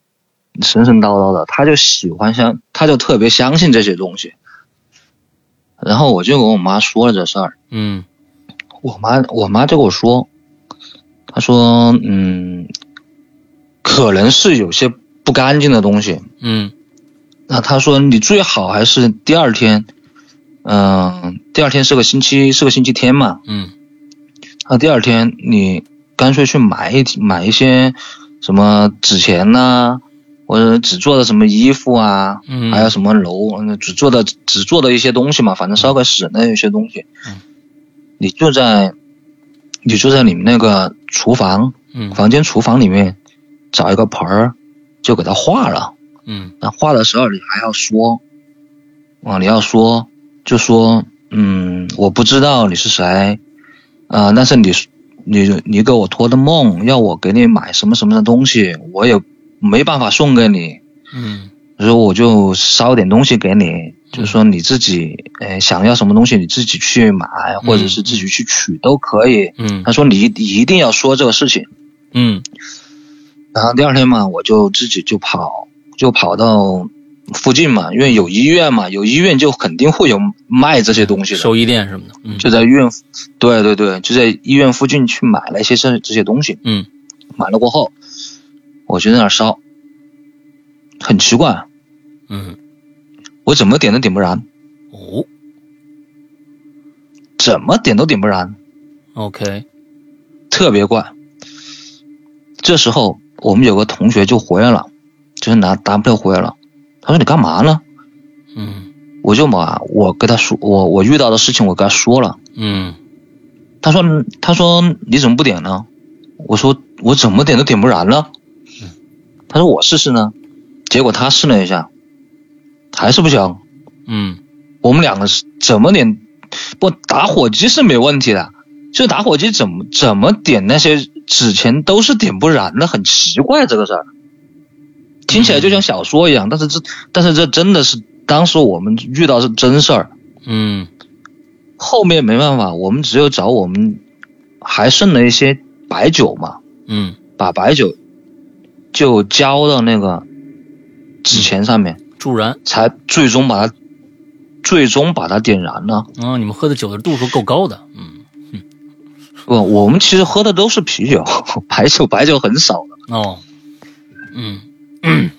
[SPEAKER 3] 神神叨叨的，她就喜欢相，她就特别相信这些东西。然后我就跟我妈说了这事儿，
[SPEAKER 2] 嗯
[SPEAKER 3] 我妈我妈就跟我说，她说嗯，可能是有些不干净的东西。
[SPEAKER 2] 嗯
[SPEAKER 3] 那她说你最好还是第二天，嗯、第二天是个星期是个星期天嘛，
[SPEAKER 2] 嗯
[SPEAKER 3] 那第二天你干脆去买一买一些什么纸钱呐、或者纸做的什么衣服啊，
[SPEAKER 2] 嗯，
[SPEAKER 3] 还有什么楼嗯纸做的纸做的一些东西嘛，反正烧烤室那一些东西，
[SPEAKER 2] 嗯
[SPEAKER 3] 你就在你就在你们那个厨房
[SPEAKER 2] 嗯
[SPEAKER 3] 房间厨房里面找一个盆儿，就给它画了。
[SPEAKER 2] 嗯
[SPEAKER 3] 那画的时候你还要说，啊，你要说，就说，嗯，我不知道你是谁，啊、但是你你你给我托的梦，要我给你买什么什么的东西，我也没办法送给你，
[SPEAKER 2] 嗯
[SPEAKER 3] 所以我就烧点东西给你，就说你自己，呃，想要什么东西你自己去买，或者是自己去取都可以。
[SPEAKER 2] 嗯
[SPEAKER 3] 他说你一一定要说这个事情。
[SPEAKER 2] 嗯
[SPEAKER 3] 然后第二天嘛，我就自己就跑，就跑到附近嘛，因为有医院嘛，有医院就肯定会有卖这些东西的，
[SPEAKER 2] 寿衣店什么的，嗯
[SPEAKER 3] 就在医院，对对对，就在医院附近去买了一些这这些东西，
[SPEAKER 2] 嗯
[SPEAKER 3] 买了过后，我就在那儿烧，很奇怪，
[SPEAKER 2] 嗯
[SPEAKER 3] 我怎么点都点不燃，
[SPEAKER 2] 哦
[SPEAKER 3] 怎么点都点不燃，
[SPEAKER 2] ，OK，
[SPEAKER 3] 特别怪。这时候我们有个同学就回来了，就是拿 W 回来了，他说你干嘛呢？
[SPEAKER 2] 嗯
[SPEAKER 3] 我就嘛，我跟他说，我我遇到的事情我跟他说了。
[SPEAKER 2] 嗯
[SPEAKER 3] 他说嗯他说你怎么不点呢？我说我怎么点都点不燃呢？他说我试试呢，结果他试了一下，还是不行。
[SPEAKER 2] 嗯
[SPEAKER 3] 我们两个是怎么点？不打火机是没问题的，就打火机怎么怎么点那些纸钱都是点不燃的，很奇怪这个事儿。听起来就像小说一样，但是这但是这真的是当时我们遇到是真事儿。
[SPEAKER 2] 嗯
[SPEAKER 3] 后面没办法，我们只有找我们还剩了一些白酒嘛，
[SPEAKER 2] 嗯，
[SPEAKER 3] 把白酒就浇到那个纸钱上面，
[SPEAKER 2] 助燃
[SPEAKER 3] 才最终把它最终把它点燃了。
[SPEAKER 2] 啊，你们喝的酒的度数够高的，嗯
[SPEAKER 3] 不，我们其实喝的都是啤酒， 白酒白酒很少的。
[SPEAKER 2] 哦，嗯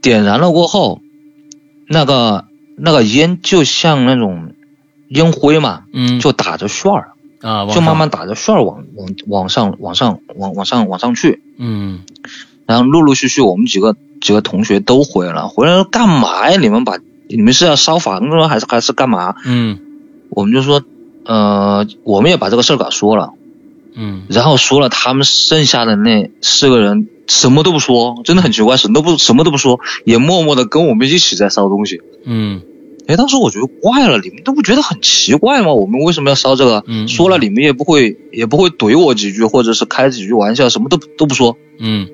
[SPEAKER 3] 点燃了过后，那个那个烟就像那种烟灰嘛，
[SPEAKER 2] 嗯，
[SPEAKER 3] 就打着旋儿，
[SPEAKER 2] 啊，往
[SPEAKER 3] 就慢
[SPEAKER 2] 上
[SPEAKER 3] 慢打着旋儿往往往上往上往往上往上去。
[SPEAKER 2] 嗯
[SPEAKER 3] 然后陆陆续续我们几个几个同学都回来了，回来了干嘛呀？你们把你们是要烧房子吗？还是还是干嘛？
[SPEAKER 2] 嗯
[SPEAKER 3] 我们就说，呃，我们也把这个事儿给说了，
[SPEAKER 2] 嗯
[SPEAKER 3] 然后说了他们剩下的那四个人什么都不说，真的很奇怪，什么都不什么都不说，也默默的跟我们一起在烧东西。
[SPEAKER 2] 嗯
[SPEAKER 3] 哎，当时我觉得怪了，你们都不觉得很奇怪吗？我们为什么要烧这个？
[SPEAKER 2] 嗯，
[SPEAKER 3] 说了你们也不会也不会怼我几句，或者是开几句玩笑，什么都不都不说。
[SPEAKER 2] 嗯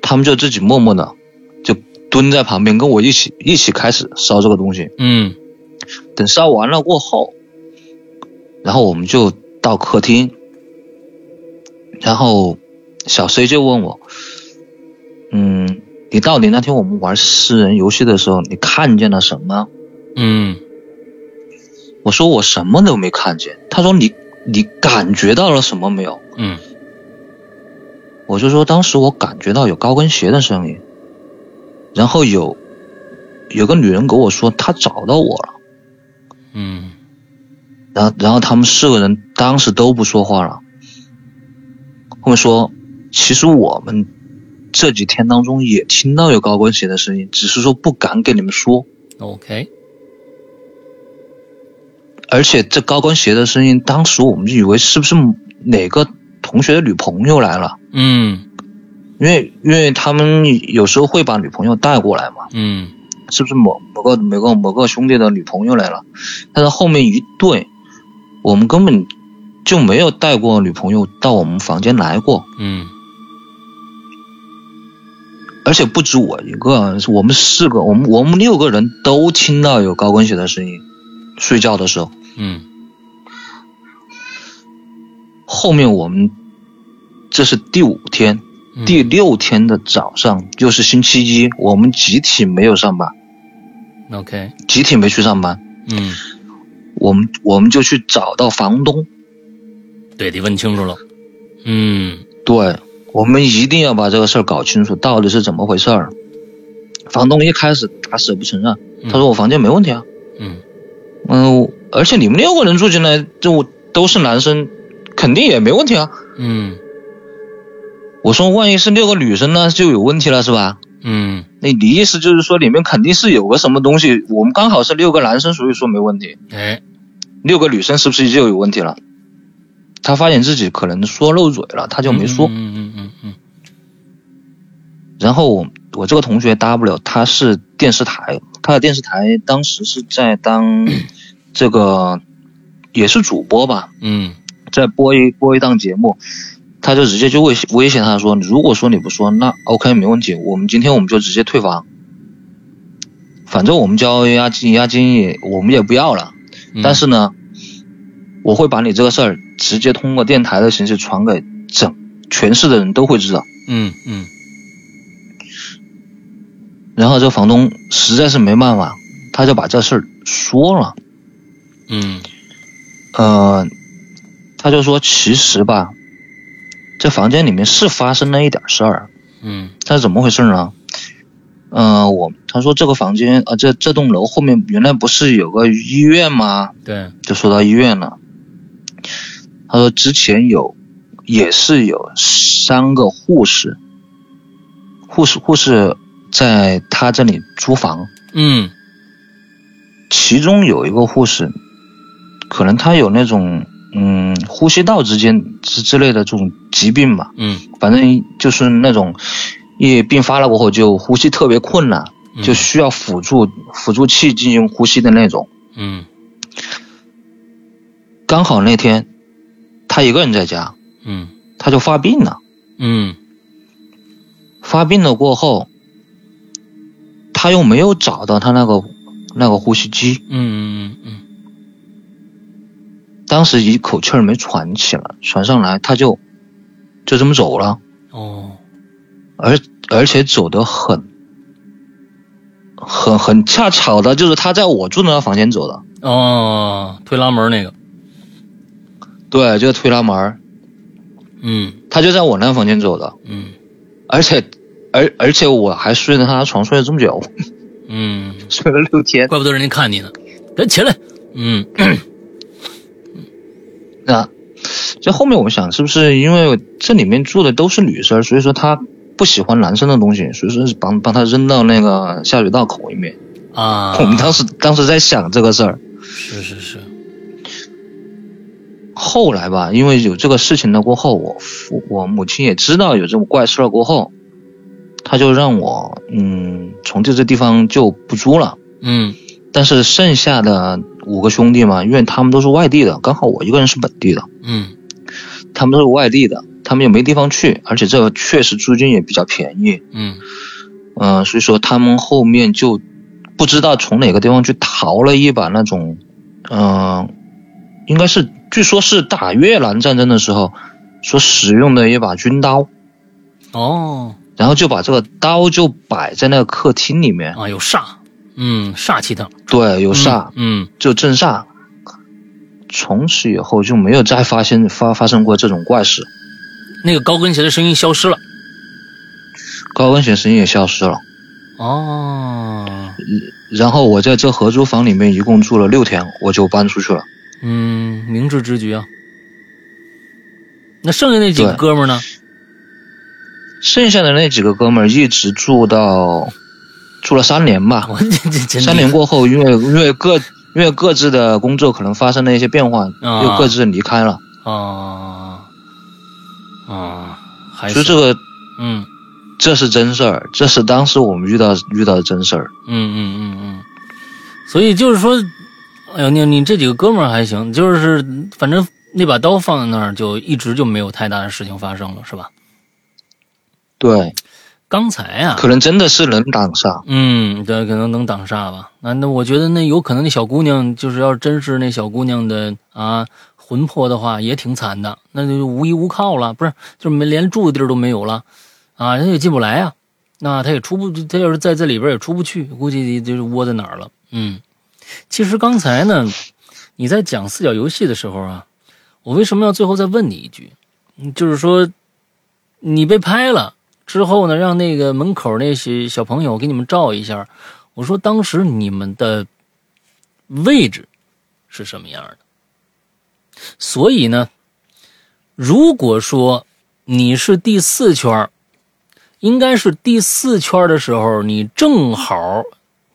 [SPEAKER 3] 他们就自己默默的就蹲在旁边跟我一起一起开始烧这个东西。
[SPEAKER 2] 嗯
[SPEAKER 3] 等烧完了过后，然后我们就到客厅，然后小 C 就问我，嗯，你到底那天我们玩私人游戏的时候，你看见了什么？
[SPEAKER 2] 嗯
[SPEAKER 3] 我说我什么都没看见。他说你你感觉到了什么没有？
[SPEAKER 2] 嗯
[SPEAKER 3] 我就说当时我感觉到有高跟鞋的声音，然后有有个女人跟我说她找到我了，
[SPEAKER 2] 嗯
[SPEAKER 3] 然后然后他们四个人当时都不说话了。后面说，其实我们这几天当中也听到有高跟鞋的声音，只是说不敢给你们说，
[SPEAKER 2] ，OK，
[SPEAKER 3] 而且这高跟鞋的声音，当时我们就以为是不是哪个同学的女朋友来了，
[SPEAKER 2] 嗯
[SPEAKER 3] 因为因为他们有时候会把女朋友带过来嘛。
[SPEAKER 2] 嗯
[SPEAKER 3] 是不是某某个某个某个兄弟的女朋友来了？但是后面一对，我们根本就没有带过女朋友到我们房间来过，
[SPEAKER 2] 嗯
[SPEAKER 3] 而且不止我一个，是我们四个，我们我们六个人都听到有高跟鞋的声音，睡觉的时候。
[SPEAKER 2] 嗯
[SPEAKER 3] 后面我们这是第五天，
[SPEAKER 2] 嗯
[SPEAKER 3] 第六天的早上又是星期一，我们集体没有上班，
[SPEAKER 2] ，OK，
[SPEAKER 3] 集体没去上班。
[SPEAKER 2] 嗯
[SPEAKER 3] 我们我们就去找到房东。
[SPEAKER 2] 对，得问清楚了。嗯，
[SPEAKER 3] 对，我们一定要把这个事儿搞清楚，到底是怎么回事儿。房东一开始打死也不承认，
[SPEAKER 2] 嗯
[SPEAKER 3] 他说我房间没问题啊，
[SPEAKER 2] 嗯，
[SPEAKER 3] 嗯、而且你们六个人住进来就都是男生，肯定也没问题啊。
[SPEAKER 2] 嗯，
[SPEAKER 3] 我说万一是六个女生呢，就有问题了是吧？
[SPEAKER 2] 嗯，
[SPEAKER 3] 那你意思就是说里面肯定是有个什么东西，我们刚好是六个男生，所以说没问题，
[SPEAKER 2] 哎，
[SPEAKER 3] 六个女生是不是就有问题了？他发现自己可能说漏嘴了，他就没说。
[SPEAKER 2] 嗯嗯嗯嗯
[SPEAKER 3] 然后我我这个同学 W 他是电视台，他的电视台当时是在当这个也是主播吧，
[SPEAKER 2] 嗯
[SPEAKER 3] 在播一播一档节目，他就直接就威胁威胁他说，如果说你不说，那 OK 没问题，我们今天我们就直接退房，反正我们交押金押金也我们也不要了，
[SPEAKER 2] 嗯，
[SPEAKER 3] 但是呢，我会把你这个事儿直接通过电台的形式传给整全市的人都会知道。
[SPEAKER 2] 嗯嗯
[SPEAKER 3] 然后这房东实在是没办法，他就把这事儿说了。
[SPEAKER 2] 嗯
[SPEAKER 3] 呃，他就说其实吧，这房间里面是发生了一点事儿，
[SPEAKER 2] 嗯
[SPEAKER 3] 但是怎么回事呢？呃，我他说这个房间啊、呃这这栋楼后面原来不是有个医院吗？
[SPEAKER 2] 对，
[SPEAKER 3] 就说到医院了。他说之前有，也是有三个护士，护士护士在他这里租房，
[SPEAKER 2] 嗯
[SPEAKER 3] 其中有一个护士，可能她有那种嗯呼吸道之间之之类的这种疾病吧，
[SPEAKER 2] 嗯
[SPEAKER 3] 反正就是那种一病发了过后就呼吸特别困难，
[SPEAKER 2] 嗯
[SPEAKER 3] 就需要辅助辅助器进行呼吸的那种。
[SPEAKER 2] 嗯
[SPEAKER 3] 刚好那天她一个人在家，
[SPEAKER 2] 嗯
[SPEAKER 3] 她就发病了。
[SPEAKER 2] 嗯
[SPEAKER 3] 发病了过后，她又没有找到她那个那个呼吸机，
[SPEAKER 2] 嗯嗯嗯
[SPEAKER 3] 当时一口气儿没喘起来，喘上来，她就就这么走了。
[SPEAKER 2] 哦，
[SPEAKER 3] 而而且走得很，很很恰巧的，就是他在我住的那房间走的，
[SPEAKER 2] 哦，推拉门那个，
[SPEAKER 3] 对，就是推拉门儿，
[SPEAKER 2] 嗯
[SPEAKER 3] 他就在我那房间走的，
[SPEAKER 2] 嗯
[SPEAKER 3] 而且而而且我还睡在他床睡了这么久，
[SPEAKER 2] 嗯，
[SPEAKER 3] 睡了六天，
[SPEAKER 2] 怪不得人家看你呢，人起来，嗯
[SPEAKER 3] 那这啊后面我想是不是因为这里面住的都是女生，所以说他不喜欢男生的东西，所以说是帮帮他扔到那个下水道口里面。
[SPEAKER 2] 啊，
[SPEAKER 3] 我们当时当时在想这个事儿，
[SPEAKER 2] 是是是，
[SPEAKER 3] 后来吧，因为有这个事情了过后，我父我母亲也知道有这种怪事了过后，她就让我嗯从这这地方就不租了。
[SPEAKER 2] 嗯
[SPEAKER 3] 但是剩下的五个兄弟嘛，因为他们都是外地的，刚好我一个人是本地的，
[SPEAKER 2] 嗯
[SPEAKER 3] 他们都是外地的，他们也没地方去，而且这个确实租金也比较便宜，
[SPEAKER 2] 嗯
[SPEAKER 3] 嗯、所以说他们后面就不知道从哪个地方去淘了一把那种，嗯、应该是据说是打越南战争的时候所使用的一把军刀，
[SPEAKER 2] 哦
[SPEAKER 3] 然后就把这个刀就摆在那个客厅里面，
[SPEAKER 2] 啊，有煞，嗯，煞气的，
[SPEAKER 3] 对，有煞，
[SPEAKER 2] 嗯
[SPEAKER 3] 就镇煞。从此以后就没有再发现发发生过这种怪事，
[SPEAKER 2] 那个高跟鞋的声音消失了，
[SPEAKER 3] 高跟鞋声音也消失了。
[SPEAKER 2] 哦，
[SPEAKER 3] 然后我在这合租房里面一共住了六天，我就搬出去了。
[SPEAKER 2] 嗯，明智之举啊。那剩下那几个
[SPEAKER 3] 对
[SPEAKER 2] 哥们儿呢？
[SPEAKER 3] 剩下的那几个哥们儿一直住到住了三年吧。
[SPEAKER 2] 我 这这真
[SPEAKER 3] 啊三
[SPEAKER 2] 厉
[SPEAKER 3] 年
[SPEAKER 2] 害
[SPEAKER 3] 过后，因为因为各因为各自的工作可能发生了一些变化，
[SPEAKER 2] 啊
[SPEAKER 3] 又各自离开了。
[SPEAKER 2] 啊啊，还
[SPEAKER 3] 所以
[SPEAKER 2] 是
[SPEAKER 3] 这个
[SPEAKER 2] 嗯
[SPEAKER 3] 这是真事儿，这是当时我们遇到遇到的真事儿。
[SPEAKER 2] 嗯嗯嗯嗯，所以就是说，哎呦，你你这几个哥们儿还行，就是反正那把刀放在那儿，就一直就没有太大的事情发生了，是吧？
[SPEAKER 3] 对，
[SPEAKER 2] 刚才啊，
[SPEAKER 3] 可能真的是能挡上。
[SPEAKER 2] 嗯，对，可能能挡煞吧。那那我觉得那有可能那小姑娘就是要真是那小姑娘的啊魂魄的话，也挺惨的，那就无依无靠了，不是，就是没连住的地儿都没有了，啊，她也进不来啊，那她也出不，她要是在这里边也出不去，估计就是窝在哪儿了。嗯，其实刚才呢，你在讲四角游戏的时候啊，我为什么要最后再问你一句？嗯就是说，你被拍了之后呢，让那个门口那些小朋友给你们照一下。我说当时你们的位置是什么样的？所以呢，如果说你是第四圈儿，应该是第四圈儿的时候，你正好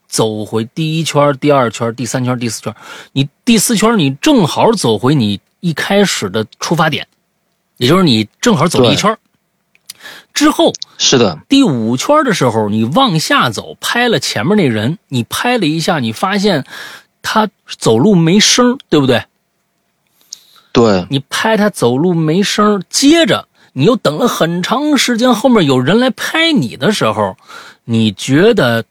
[SPEAKER 2] 走回第一圈儿、第二圈儿、第三圈儿、第四圈儿，你第四圈儿你正好走回你一开始的出发点，也就是你正好走了一圈儿之后，
[SPEAKER 3] 是的，
[SPEAKER 2] 第五圈的时候，你往下走，拍了前面那人，你拍了一下，你发现他走路没声儿，对不对？
[SPEAKER 3] 对，
[SPEAKER 2] 你拍他走路没声儿，接着你又等了很长时间，后面有人来拍你的时候，你觉得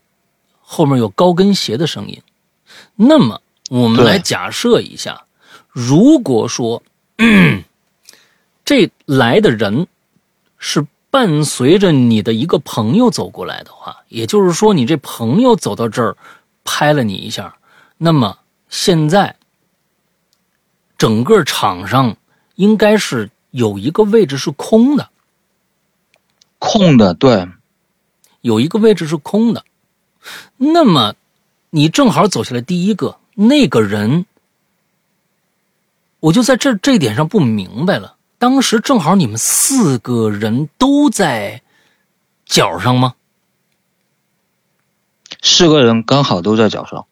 [SPEAKER 2] 后面有高跟鞋的声音。那么我们
[SPEAKER 3] 对
[SPEAKER 2] 来假设一下，如果说、 嗯这来的人是伴随着你的一个朋友走过来的话，也就是说你这朋友走到这儿拍了你一下，那么现在整个场上应该是有一个位置是空的，
[SPEAKER 3] 空的，对，
[SPEAKER 2] 有一个位置是空的。那么你正好走下来第一个，那个人，我就在这这一点上不明白了。当时正好你们四个人都在角上吗？
[SPEAKER 3] 四个人刚好都在脚上，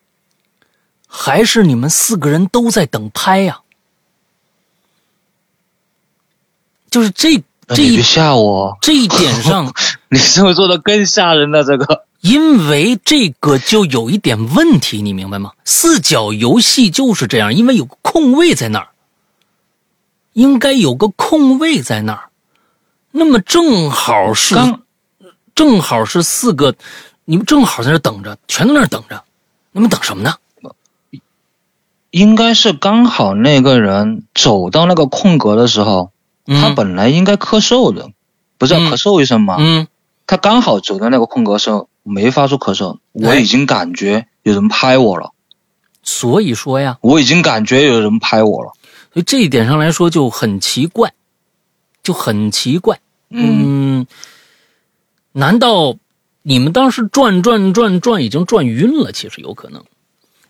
[SPEAKER 2] 还是你们四个人都在等拍呀、就是这
[SPEAKER 3] 哎
[SPEAKER 2] 这
[SPEAKER 3] 你
[SPEAKER 2] 一
[SPEAKER 3] 别吓我，
[SPEAKER 2] 这一点上，
[SPEAKER 3] 你是不是做的更吓人了？这个
[SPEAKER 2] 因为这个就有一点问题，你明白吗？四角游戏就是这样，因为有个空位在那儿，应该有个空位在那儿。那么正好是
[SPEAKER 3] 刚
[SPEAKER 2] 正好是四个，你们正好在那儿等着，全在那儿等着，你们等什么呢？
[SPEAKER 3] 应该是刚好那个人走到那个空格的时候，
[SPEAKER 2] 嗯
[SPEAKER 3] 他本来应该咳嗽的，不是要
[SPEAKER 2] 嗯
[SPEAKER 3] 咳嗽一声吗？
[SPEAKER 2] 嗯
[SPEAKER 3] 他刚好走到那个空格的时候没发出咳嗽，我
[SPEAKER 2] 哎
[SPEAKER 3] 已经感觉有人拍我了，
[SPEAKER 2] 所以说呀，
[SPEAKER 3] 我已经感觉有人拍我了。
[SPEAKER 2] 所以这一点上来说就很奇怪，就很奇怪。嗯，难道你们当时转转转转已经转晕了？其实有可能，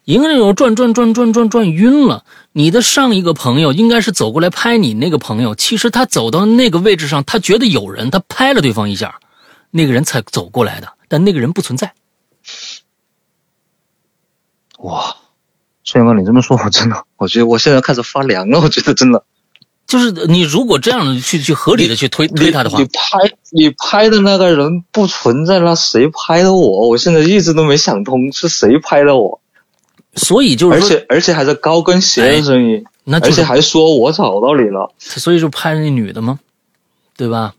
[SPEAKER 2] 一个那种转转转转转转晕了。你的上一个朋友应该是走过来拍你那个朋友，其实他走到那个位置上，他觉得有人，他拍了对方一下，那个人才走过来的，但那个人不存在。
[SPEAKER 3] 哇，顺阳哥，你这么说，我真的，我觉得我现在开始发凉了。我觉得真的，
[SPEAKER 2] 就是你如果这样去去合理的去推推他的话
[SPEAKER 3] 你，拍你拍的那个人不存在了，谁拍的我？我现在一直都没想通是谁拍的我，
[SPEAKER 2] 所以就是
[SPEAKER 3] 而
[SPEAKER 2] 说，哎
[SPEAKER 3] 且而且还是高跟鞋的声音，
[SPEAKER 2] 那
[SPEAKER 3] 而
[SPEAKER 2] 就是
[SPEAKER 3] 且还说我找到你了。
[SPEAKER 2] 所以就拍那女的嘛，对吧？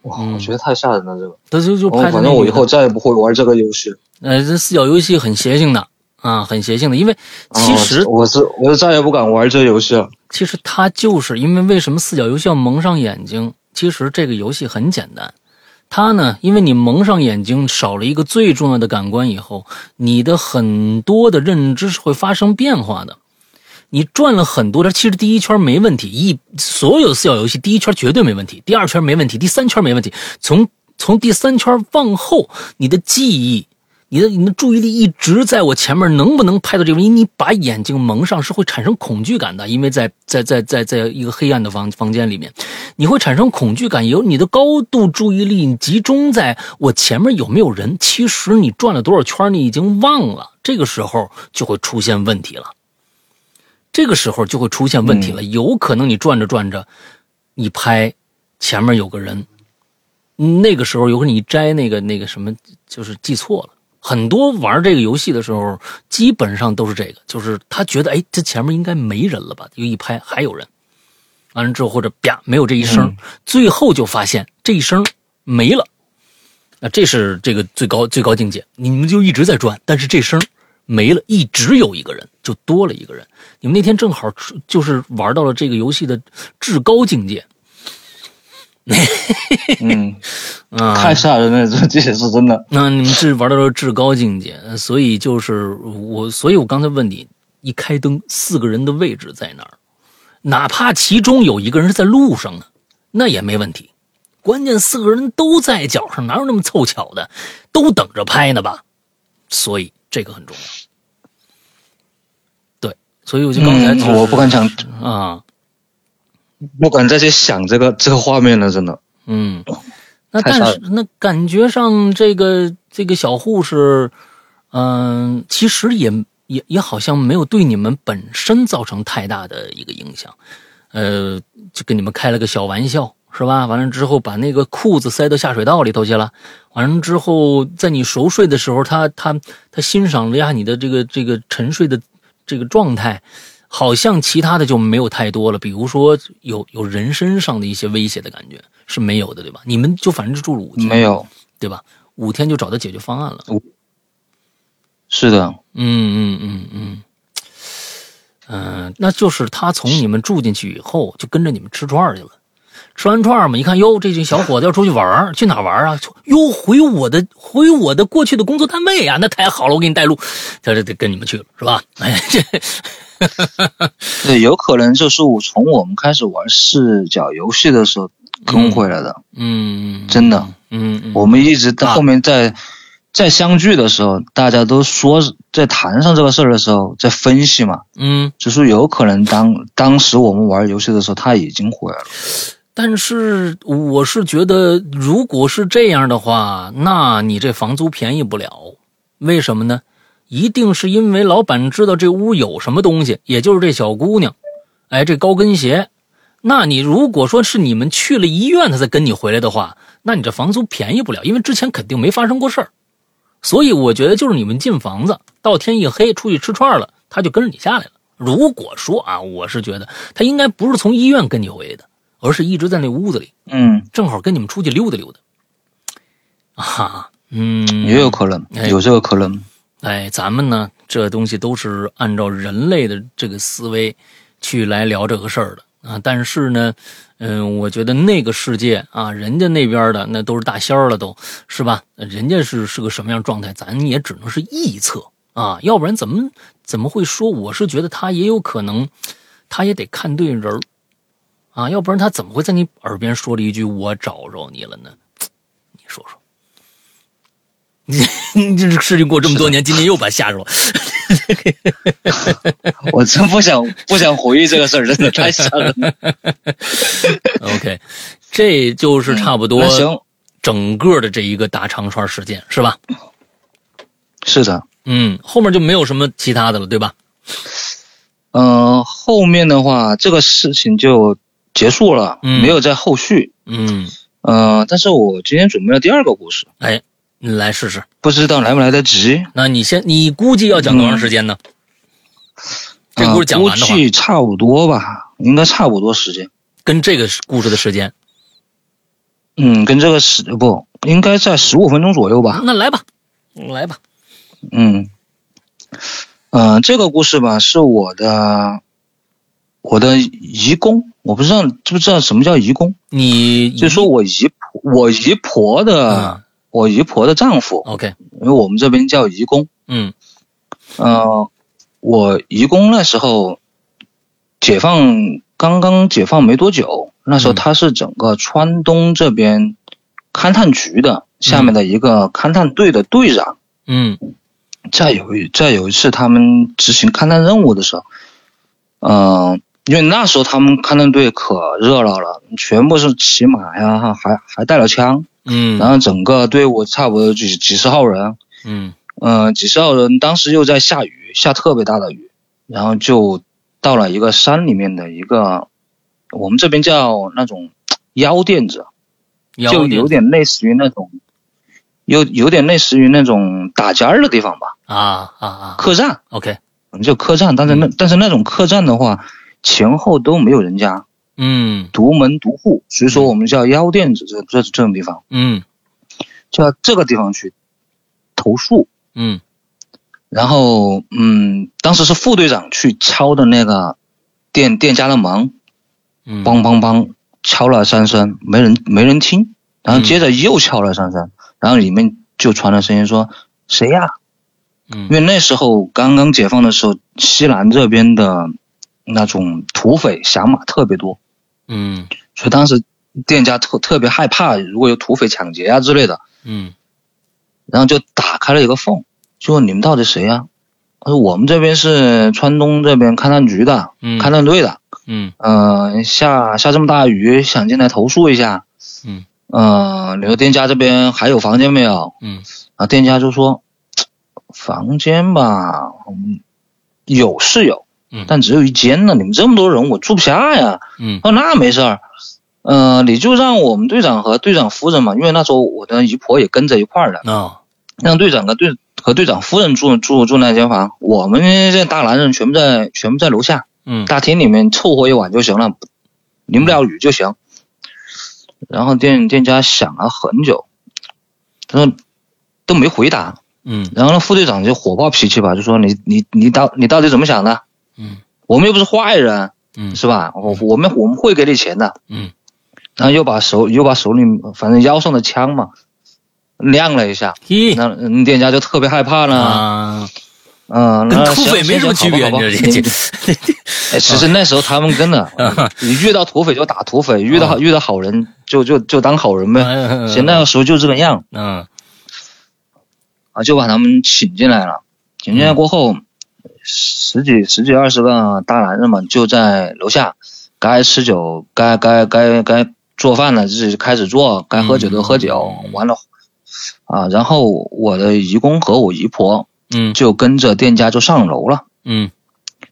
[SPEAKER 3] 哇，
[SPEAKER 2] 嗯
[SPEAKER 3] 我觉得太吓人了，这个。
[SPEAKER 2] 他就就
[SPEAKER 3] 我
[SPEAKER 2] 拍那
[SPEAKER 3] 哦反
[SPEAKER 2] 女的。
[SPEAKER 3] 正我以后再也不会玩这个游戏。
[SPEAKER 2] 呃，这四角游戏很邪性的啊，很邪性的，因为其实、
[SPEAKER 3] 啊我是我是再也不敢玩这游戏了。
[SPEAKER 2] 其实它就是因为为什么四角游戏要蒙上眼睛？其实这个游戏很简单，它呢，因为你蒙上眼睛，少了一个最重要的感官以后，你的很多的认知是会发生变化的。你转了很多圈，其实第一圈没问题，一所有的四角游戏第一圈绝对没问题，第二圈没问题，第三圈没问题。从从第三圈往后，你的记忆、你的你的注意力一直在我前面，能不能拍到这个？因为你把眼睛蒙上是会产生恐惧感的，因为在在在在在一个黑暗的房房间里面，你会产生恐惧感，有你的高度注意力集中在我前面有没有人。其实你转了多少圈，你已经忘了，这个时候就会出现问题了。这个时候就会出现问题了，有可能你转着转着，你拍前面有个人，那个时候有可能你摘那个那个什么，就是记错了。很多玩这个游戏的时候，基本上都是这个，就是他觉得哎，这前面应该没人了吧，就一拍还有人，完了之后或者啪没有这一声，最后就发现这一声没了。那这是这个最高最高境界，你们就一直在转，但是这声没了，一直有一个人，就多了一个人。你们那天正好出就是玩到了这个游戏的至高境界
[SPEAKER 3] 嗯，
[SPEAKER 2] 啊！
[SPEAKER 3] 太吓人了，这这也是真的。
[SPEAKER 2] 那你们是玩到了至高境界，呃所以就是我，所以我刚才问你，一开灯，四个人的位置在哪儿，哪怕其中有一个人是在路上呢，那也没问题。关键四个人都在脚上，哪有那么凑巧的？都等着拍呢吧？所以这个很重要。对，所以我就刚才、就是
[SPEAKER 3] 嗯、我不敢想，
[SPEAKER 2] 啊，
[SPEAKER 3] 不敢再去想这个这个画面了，真的。
[SPEAKER 2] 嗯， 那
[SPEAKER 3] 太
[SPEAKER 2] 但
[SPEAKER 3] 傻
[SPEAKER 2] 是那感觉上这个这个小护士，嗯、其实也也也好像没有对你们本身造成太大的一个影响，呃，就跟你们开了个小玩笑。是吧？完了之后，把那个裤子塞到下水道里头去了。完了之后，在你熟睡的时候，他他他欣赏了一下你的这个这个沉睡的这个状态，好像其他的就没有太多了，比如说有有人身上的一些威胁的感觉是没有的，对吧？你们就反正是住了五天，
[SPEAKER 3] 没有，
[SPEAKER 2] 对吧？五天就找到解决方案了。
[SPEAKER 3] 是的，
[SPEAKER 2] 嗯嗯嗯嗯，嗯、那就是他从你们住进去以后，就跟着你们吃串儿去了。吃完串儿嘛，一看哟，这群小伙子要出去玩儿，去哪玩儿啊？哟，回我的回我的过去的工作单位啊！那太好了，我给你带路。他这得跟你们去了，是吧？哎，这
[SPEAKER 3] 对，有可能就是我从我们开始玩视角游戏的时候跟回来的，
[SPEAKER 2] 嗯，
[SPEAKER 3] 真的。
[SPEAKER 2] 嗯嗯，
[SPEAKER 3] 我们一直
[SPEAKER 2] 啊
[SPEAKER 3] 到后面在、在相聚的时候，大家都说在谈上这个事儿的时候，在分析嘛，
[SPEAKER 2] 嗯，
[SPEAKER 3] 就说有可能当当时我们玩游戏的时候他已经回来了。
[SPEAKER 2] 但是我是觉得，如果是这样的话，那你这房租便宜不了。为什么呢？一定是因为老板知道这屋有什么东西，也就是这小姑娘，哎，这高跟鞋。那你如果说是你们去了医院，他才跟你回来的话，那你这房租便宜不了，因为之前肯定没发生过事儿。所以我觉得就是你们进房子，到天一黑出去吃串儿了，他就跟着你下来了。如果说啊，我是觉得他应该不是从医院跟你回来的，而是一直在那屋子里，
[SPEAKER 3] 嗯，
[SPEAKER 2] 正好跟你们出去溜达溜达。啊，嗯，
[SPEAKER 3] 也有可能，
[SPEAKER 2] 哎
[SPEAKER 3] 有这个可能。
[SPEAKER 2] 哎，咱们呢，这东西都是按照人类的这个思维去来聊这个事儿的啊。但是呢，嗯、我觉得那个世界啊，人家那边的那都是大仙儿了都，是吧？人家是是个什么样状态，咱也只能是臆测啊，要不然怎么怎么会说？我是觉得他也有可能，他也得看对人儿啊，要不然他怎么会在你耳边说了一句“我找着你了”呢？你说说。你你嗯这事情过这么多年，今天又把吓着我。
[SPEAKER 3] 我真不想不想回忆这个事儿，真的太吓 人了。
[SPEAKER 2] OK，这就是差不多
[SPEAKER 3] 嗯那行，
[SPEAKER 2] 整个的这一个大长串事件，是吧？
[SPEAKER 3] 是的，
[SPEAKER 2] 嗯，后面就没有什么其他的了，对吧？
[SPEAKER 3] 嗯、后面的话这个事情就结束了，
[SPEAKER 2] 嗯
[SPEAKER 3] 没有在后续。
[SPEAKER 2] 嗯，
[SPEAKER 3] 嗯、但是我今天准备了第二个故事，
[SPEAKER 2] 哎，你来试试。
[SPEAKER 3] 不知道来不来得及。
[SPEAKER 2] 那你先，你估计要讲多长时间呢？这
[SPEAKER 3] 嗯啊
[SPEAKER 2] 故事讲完的话
[SPEAKER 3] 估，计差不多吧，应该差不多时间。
[SPEAKER 2] 跟这个故事的时间，
[SPEAKER 3] 嗯，跟这个十不应该在十五分钟左右吧。
[SPEAKER 2] 那来吧，来吧。
[SPEAKER 3] 嗯，嗯、这个故事吧是我的我的姨公，我不知道知不知道什么叫姨公，
[SPEAKER 2] 你
[SPEAKER 3] 就说我姨婆我姨婆的、
[SPEAKER 2] 啊
[SPEAKER 3] 我姨婆的丈夫，
[SPEAKER 2] ，OK，
[SPEAKER 3] 因为我们这边叫姨公。
[SPEAKER 2] 嗯
[SPEAKER 3] 呃，我姨公那时候解放刚刚解放没多久，那时候
[SPEAKER 2] 嗯
[SPEAKER 3] 他是整个川东这边勘探局的下面的一个勘探队的队长。
[SPEAKER 2] 嗯
[SPEAKER 3] 再有一再有一次，他们执行勘探任务的时候，嗯、因为那时候他们勘探队可热闹了，全部是骑马呀，还还带了枪，然
[SPEAKER 2] 嗯
[SPEAKER 3] 后整个队伍差不多几几十号人，
[SPEAKER 2] 嗯
[SPEAKER 3] 嗯，几十号人当时又在下雨，下特别大的雨，然后就到了一个山里面的一个，我们这边叫那种腰垫子，
[SPEAKER 2] 要
[SPEAKER 3] 就有点类似于那种，有有点类似于那种打尖儿的地方吧，
[SPEAKER 2] 啊啊啊
[SPEAKER 3] 客栈，
[SPEAKER 2] ，OK，
[SPEAKER 3] 我们就客栈，但是那、但是那种客栈的话，前后都没有人家，
[SPEAKER 2] 嗯
[SPEAKER 3] 独门独户，所以说我们叫腰垫子这这这种地方，
[SPEAKER 2] 嗯
[SPEAKER 3] 就到这个地方去投诉。
[SPEAKER 2] 嗯
[SPEAKER 3] 然后，嗯，当时是副队长去敲的那个店店家的门，
[SPEAKER 2] 嗯，
[SPEAKER 3] 梆梆梆敲了三声，没人没人听，然后接着又敲了三声，然后里面就传来声音说：“谁呀？
[SPEAKER 2] 嗯
[SPEAKER 3] 因为那时候刚刚解放的时候，西南这边的那种土匪响马特别多，
[SPEAKER 2] 嗯
[SPEAKER 3] 所以当时店家特特别害怕，如果有土匪抢劫啊之类的，
[SPEAKER 2] 嗯
[SPEAKER 3] 然后就打开了一个缝，就问你们到底谁呀、他说我们这边是川东这边勘探局的，
[SPEAKER 2] 嗯，
[SPEAKER 3] 勘探队的，
[SPEAKER 2] 嗯
[SPEAKER 3] 嗯、下下这么大雨，想进来投诉一下。
[SPEAKER 2] 嗯
[SPEAKER 3] 呃，你说店家这边还有房间没有？
[SPEAKER 2] 嗯
[SPEAKER 3] 啊，店家就说嘖房间吧，嗯有是有，
[SPEAKER 2] 嗯
[SPEAKER 3] 但只有一间呢。你们这么多人，我住不下呀。
[SPEAKER 2] 嗯
[SPEAKER 3] 哦，那没事儿，呃，你就让我们队长和队长夫人嘛，因为那时候我的姨婆也跟着一块儿的，
[SPEAKER 2] 哦
[SPEAKER 3] 让队长和队和队长夫人住住住那间房，我们这大男人全部在全部在楼下。
[SPEAKER 2] 嗯
[SPEAKER 3] 大厅里面凑合一晚就行了，淋不了雨就行。然后店店家想了很久，他说都没回答。
[SPEAKER 2] 嗯
[SPEAKER 3] 然后呢，副队长就火爆脾气吧，就说你你你到你到底怎么想的？
[SPEAKER 2] 嗯
[SPEAKER 3] 我们又不是坏人，
[SPEAKER 2] 嗯
[SPEAKER 3] 是吧？我我们我们会给你钱的。
[SPEAKER 2] 嗯
[SPEAKER 3] 然后又把手又把手里反正腰上的枪嘛亮了一下，
[SPEAKER 2] 嘿
[SPEAKER 3] 那嗯店家就特别害怕了。
[SPEAKER 2] 啊，
[SPEAKER 3] 嗯，
[SPEAKER 2] 跟
[SPEAKER 3] 那
[SPEAKER 2] 土匪
[SPEAKER 3] 行
[SPEAKER 2] 没什么区
[SPEAKER 3] 行
[SPEAKER 2] 别，
[SPEAKER 3] 好吧好吧
[SPEAKER 2] 你这啊
[SPEAKER 3] 你
[SPEAKER 2] 这
[SPEAKER 3] 哎，其实那时候他们 真的，你遇到土匪就打土匪，遇
[SPEAKER 2] 啊
[SPEAKER 3] 到遇到好人就就就当好人呗。
[SPEAKER 2] 这，
[SPEAKER 3] 其实那个时候就这个样
[SPEAKER 2] 嗯
[SPEAKER 3] 啊，就把他们请进来了。请进来过后，十几十几二十个大男人嘛，就在楼下，该吃酒，该该该该做饭了，自己就开始做，该喝酒的喝酒，
[SPEAKER 2] 嗯
[SPEAKER 3] 完了啊，然后我的姨公和我姨婆
[SPEAKER 2] 嗯
[SPEAKER 3] 就跟着店家就上楼了。
[SPEAKER 2] 嗯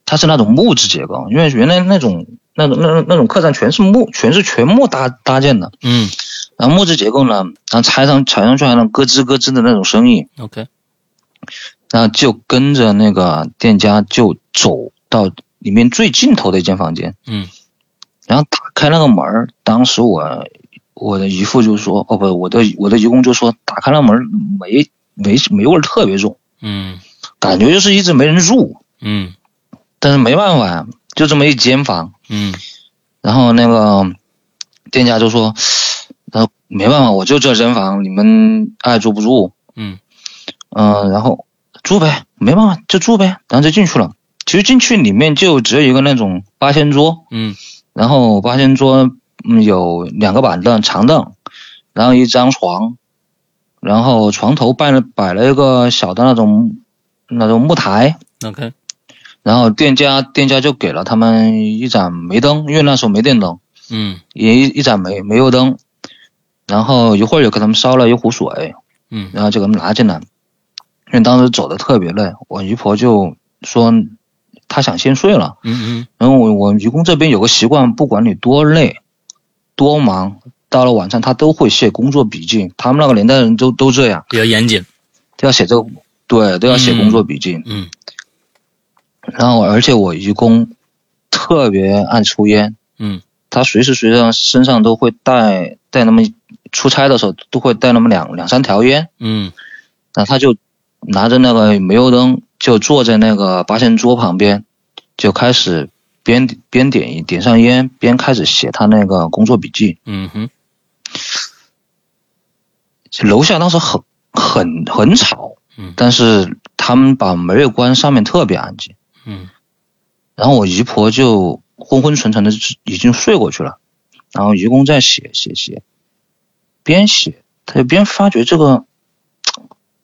[SPEAKER 3] 它是那种木质结构，因为原来那种那种那种那种客栈全是木，全是全木搭搭建的，
[SPEAKER 2] 嗯
[SPEAKER 3] 然后木质结构呢，然后拆上踩上去还能咯吱咯吱的那种声音，
[SPEAKER 2] ，OK，
[SPEAKER 3] 然后就跟着那个店家就走到里面最尽头的一间房间，
[SPEAKER 2] 嗯
[SPEAKER 3] 然后打开那个门儿当时我我的姨父就说，哦不，我的我的姨公就说，打开那门儿霉霉霉味儿特别重，
[SPEAKER 2] 嗯
[SPEAKER 3] 感觉就是一直没人住，
[SPEAKER 2] 嗯
[SPEAKER 3] 但是没办法呀，就这么一间房。
[SPEAKER 2] 嗯
[SPEAKER 3] 然后那个店家就说：“他没办法，我就这间房，你们爱住不住，
[SPEAKER 2] 嗯
[SPEAKER 3] 嗯、然后住呗，没办法就住呗。”然后就进去了。其实进去里面就只有一个那种八仙桌，
[SPEAKER 2] 嗯
[SPEAKER 3] 然后八仙桌嗯有两个板凳长凳，然后一张床，然后床头摆了摆了一个小的那种那种木台，
[SPEAKER 2] ，OK，
[SPEAKER 3] 然后店家店家就给了他们一盏煤灯，因为那时候没电灯。
[SPEAKER 2] 嗯
[SPEAKER 3] 也一一盏煤煤油灯，然后一会儿又给他们烧了一壶水，
[SPEAKER 2] 嗯
[SPEAKER 3] 然后就给他们拿进来。因为当时走的特别累，我姨婆就说她想先睡了。
[SPEAKER 2] 嗯
[SPEAKER 3] 然后我我姨公这边有个习惯，不管你多累多忙，到了晚上她都会写工作笔记。他们那个年代人都都这样，
[SPEAKER 2] 比较严谨，
[SPEAKER 3] 都要写这个，对，都要写
[SPEAKER 2] 嗯
[SPEAKER 3] 工作笔记。
[SPEAKER 2] 嗯
[SPEAKER 3] 然后而且我姨公特别爱抽烟，
[SPEAKER 2] 嗯
[SPEAKER 3] 他随时随地身上都会带带那么出差的时候都会带那么两两三条烟，
[SPEAKER 2] 嗯
[SPEAKER 3] 然后他就拿着那个煤油灯就坐在那个八仙桌旁边，就开始边边点一点上烟，边开始写他那个工作笔记。
[SPEAKER 2] 嗯哼，
[SPEAKER 3] 楼下当时很很很吵
[SPEAKER 2] 嗯，
[SPEAKER 3] 但是他们把门也关，上面特别安静。
[SPEAKER 2] 嗯
[SPEAKER 3] 然后我姨婆就昏昏沉沉的已经睡过去了，然后姨公在写写写，边写他就边发觉这个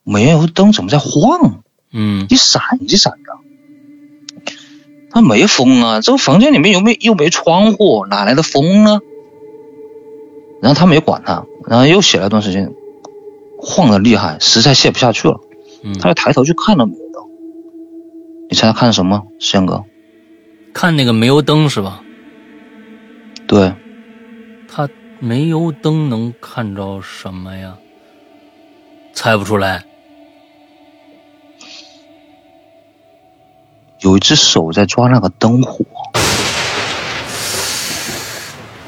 [SPEAKER 3] 煤油灯怎么在晃，啊
[SPEAKER 2] 嗯
[SPEAKER 3] 一闪一闪的。他没风啊，这个房间里面又没又没窗户，哪来的风呢？然后他没管他，然后又写了一段时间，晃的厉害，实在写不下去了。他
[SPEAKER 2] 嗯，
[SPEAKER 3] 就抬头去看了煤油灯，你猜他看什么？宪哥，
[SPEAKER 2] 看那个煤油灯是吧？
[SPEAKER 3] 对，
[SPEAKER 2] 它煤油灯能看着什么呀？猜不出来。
[SPEAKER 3] 有一只手在抓那个灯火，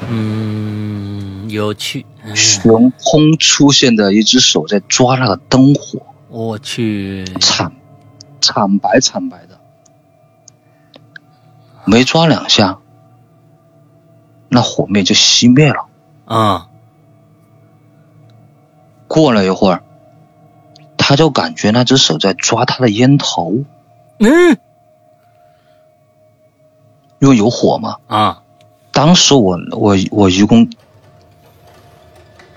[SPEAKER 2] 嗯，有趣。哎
[SPEAKER 3] 悬空出现的一只手在抓那个灯火，
[SPEAKER 2] 我去，
[SPEAKER 3] 惨，惨白惨白的，没抓两下，那火灭就熄灭了。
[SPEAKER 2] 啊，
[SPEAKER 3] 过了一会儿，他他就感觉那只手在抓他的烟头，
[SPEAKER 2] 嗯
[SPEAKER 3] 因为有火嘛。
[SPEAKER 2] 啊，
[SPEAKER 3] 当时我我我愚公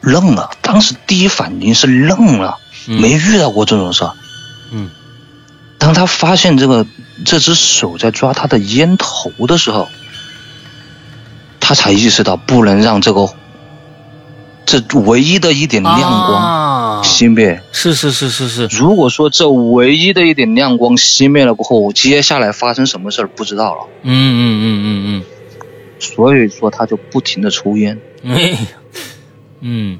[SPEAKER 3] 愣了，当时第一反应是愣了，
[SPEAKER 2] 嗯
[SPEAKER 3] 没遇到过这种事儿。
[SPEAKER 2] 嗯
[SPEAKER 3] 当他发现这个这只手在抓他的烟头的时候，他才意识到不能让这个这唯一的一点亮光
[SPEAKER 2] 啊，
[SPEAKER 3] 熄灭。
[SPEAKER 2] 是是是是是，
[SPEAKER 3] 如果说这唯一的一点亮光熄灭了过后，接下来发生什么事儿不知道了，
[SPEAKER 2] 嗯嗯嗯嗯
[SPEAKER 3] 所以说他就不停的抽烟，
[SPEAKER 2] 嗯， 哎呀，嗯，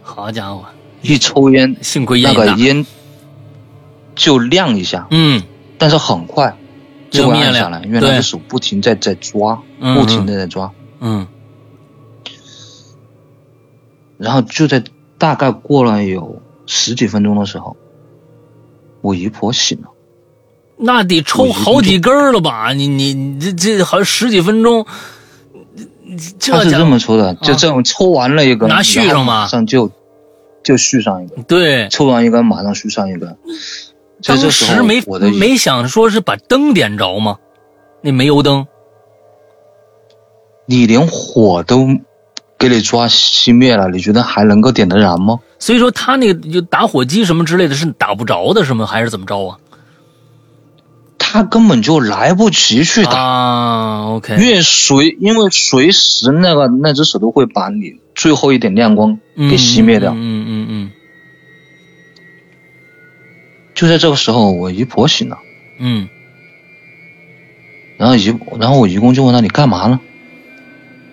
[SPEAKER 2] 好家伙，
[SPEAKER 3] 一抽烟
[SPEAKER 2] 幸亏烟
[SPEAKER 3] 那
[SPEAKER 2] 瘾
[SPEAKER 3] 个
[SPEAKER 2] 大，
[SPEAKER 3] 烟就亮一下，
[SPEAKER 2] 嗯
[SPEAKER 3] 但是很快
[SPEAKER 2] 就
[SPEAKER 3] 就
[SPEAKER 2] 灭
[SPEAKER 3] 暗
[SPEAKER 2] 了
[SPEAKER 3] 下来，因为那
[SPEAKER 2] 对
[SPEAKER 3] 只手不停在在抓，
[SPEAKER 2] 嗯
[SPEAKER 3] 不停的在抓。
[SPEAKER 2] 嗯
[SPEAKER 3] 然后就在大概过了有十几分钟的时候，我姨婆醒了，
[SPEAKER 2] 那得抽好几根儿了吧？你你你这这好像十几分钟，
[SPEAKER 3] 她
[SPEAKER 2] 这
[SPEAKER 3] 是
[SPEAKER 2] 家
[SPEAKER 3] 这
[SPEAKER 2] 伙啊
[SPEAKER 3] 么抽的，就这种抽完了一根，
[SPEAKER 2] 拿续上
[SPEAKER 3] 然后
[SPEAKER 2] 吧
[SPEAKER 3] 马上就就续上一根，
[SPEAKER 2] 对，
[SPEAKER 3] 抽完一根马上续上一根。所以这
[SPEAKER 2] 当
[SPEAKER 3] 时
[SPEAKER 2] 时
[SPEAKER 3] 候
[SPEAKER 2] 没
[SPEAKER 3] 我的姨
[SPEAKER 2] 没想说是把灯点着吗？那煤油灯
[SPEAKER 3] 你连火都给你抓熄灭了，你觉得还能够点得燃吗？
[SPEAKER 2] 所以说他那个就打火机什么之类的，是打不着的，什么还是怎么着啊？
[SPEAKER 3] 他根本就来不及去打，
[SPEAKER 2] 啊，OK，
[SPEAKER 3] 因为随因为随时那个那只手都会把你最后一点亮光给熄灭掉。
[SPEAKER 2] 嗯嗯嗯
[SPEAKER 3] 就在这个时候，我姨婆醒了。
[SPEAKER 2] 嗯
[SPEAKER 3] 然后姨，然后我姨公就问他你干嘛呢？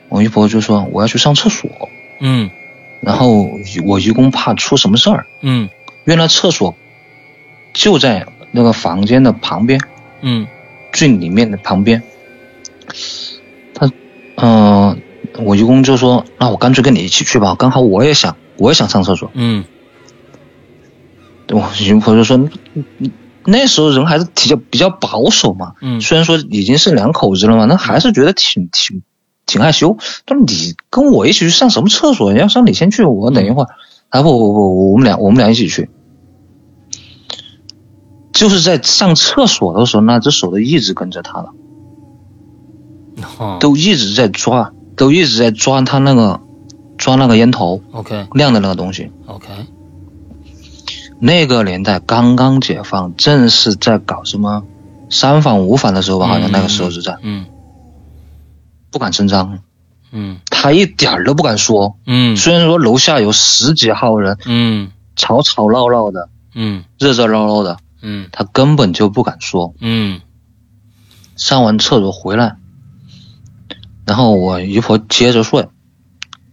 [SPEAKER 3] 我姨婆就说我要去上厕所。
[SPEAKER 2] 嗯
[SPEAKER 3] 然后我姨公怕出什么事儿，
[SPEAKER 2] 嗯
[SPEAKER 3] 因为那厕所就在那个房间的旁边，
[SPEAKER 2] 嗯
[SPEAKER 3] 最里面的旁边。他，嗯、我姨公就说那我干脆跟你一起去吧，刚好我也想我也想上厕所。
[SPEAKER 2] 嗯
[SPEAKER 3] 我姨婆就说嗯嗯那时候人还是比较比较保守嘛，
[SPEAKER 2] 嗯
[SPEAKER 3] 虽然说已经是两口子了嘛，那还是觉得挺挺挺害羞。但你跟我一起去上什么厕所？你要上你先去，我等一会儿。啊不不不，我们俩我们俩一起去。就是在上厕所的时候，那只手都一直跟着他了，
[SPEAKER 2] 哦
[SPEAKER 3] 都一直在抓，都一直在抓他那个抓那个烟头
[SPEAKER 2] ，OK
[SPEAKER 3] 亮的那个东西。
[SPEAKER 2] OK，
[SPEAKER 3] 那个年代刚刚解放，正是在搞什么三反五反的时候吧，好像那个时候是在
[SPEAKER 2] 嗯
[SPEAKER 3] 不敢声张，
[SPEAKER 2] 嗯
[SPEAKER 3] 他一点儿都不敢说。
[SPEAKER 2] 嗯
[SPEAKER 3] 虽然说楼下有十几号人
[SPEAKER 2] 嗯
[SPEAKER 3] 吵吵闹闹的、
[SPEAKER 2] 嗯
[SPEAKER 3] 热热闹闹的，
[SPEAKER 2] 嗯
[SPEAKER 3] 他根本就不敢说。
[SPEAKER 2] 嗯
[SPEAKER 3] 上完厕所回来，然后我姨婆接着睡，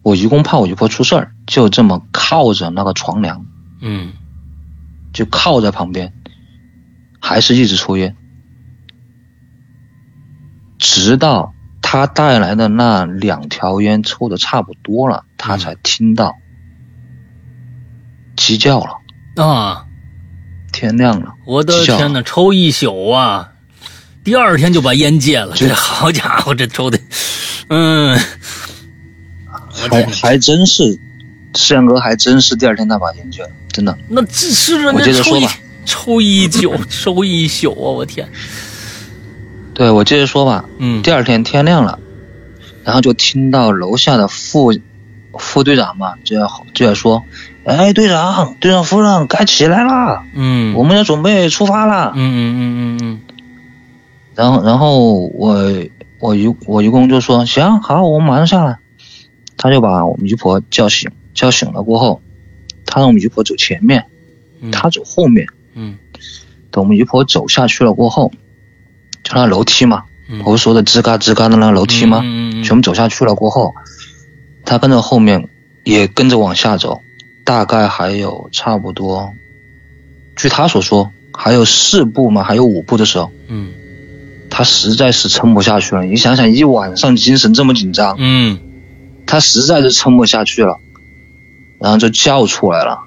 [SPEAKER 3] 我姨公怕我姨婆出事儿，就这么靠着那个床梁，
[SPEAKER 2] 嗯，
[SPEAKER 3] 就靠在旁边，还是一直抽烟，直到他带来的那两条烟抽的差不多了，他才听到鸡叫了。
[SPEAKER 2] 啊，
[SPEAKER 3] 天亮了，
[SPEAKER 2] 我的天哪，抽一宿啊！第二天就把烟戒了，这好家伙，这抽的，嗯，
[SPEAKER 3] 还还真是，世阳哥还真是第二天他把烟戒了，真的。
[SPEAKER 2] 那这是让
[SPEAKER 3] 我
[SPEAKER 2] 人
[SPEAKER 3] 接着
[SPEAKER 2] 抽
[SPEAKER 3] 说
[SPEAKER 2] 一
[SPEAKER 3] 吧
[SPEAKER 2] 抽一宿， 抽一宿啊！我天，
[SPEAKER 3] 对我接着说吧，
[SPEAKER 2] 嗯
[SPEAKER 3] 第二天天亮了，然后就听到楼下的副副队长嘛，就要就要说，哎，队长，队长夫人，该起来啦，
[SPEAKER 2] 嗯，
[SPEAKER 3] 我们要准备出发啦。
[SPEAKER 2] 嗯嗯嗯嗯
[SPEAKER 3] 然后然后我我姨我姨公就说，行，好，我们马上下来。他就把我们姨婆叫醒，叫醒了过后，他让我们姨婆走前面，
[SPEAKER 2] 嗯，
[SPEAKER 3] 他走后面。
[SPEAKER 2] 嗯
[SPEAKER 3] 等我们姨婆走下去了过后，就那楼梯嘛，
[SPEAKER 2] 嗯
[SPEAKER 3] 我不是说的吱嘎吱嘎的那楼梯吗？
[SPEAKER 2] 嗯嗯
[SPEAKER 3] 全部走下去了过后，他跟着后面也跟着往下走，大概还有差不多，据他所说还有四步嘛，还有五步的时候，
[SPEAKER 2] 嗯
[SPEAKER 3] 他实在是撑不下去了。你想想，一晚上精神这么紧张，
[SPEAKER 2] 嗯
[SPEAKER 3] 他实在是撑不下去了，然后就叫出来了，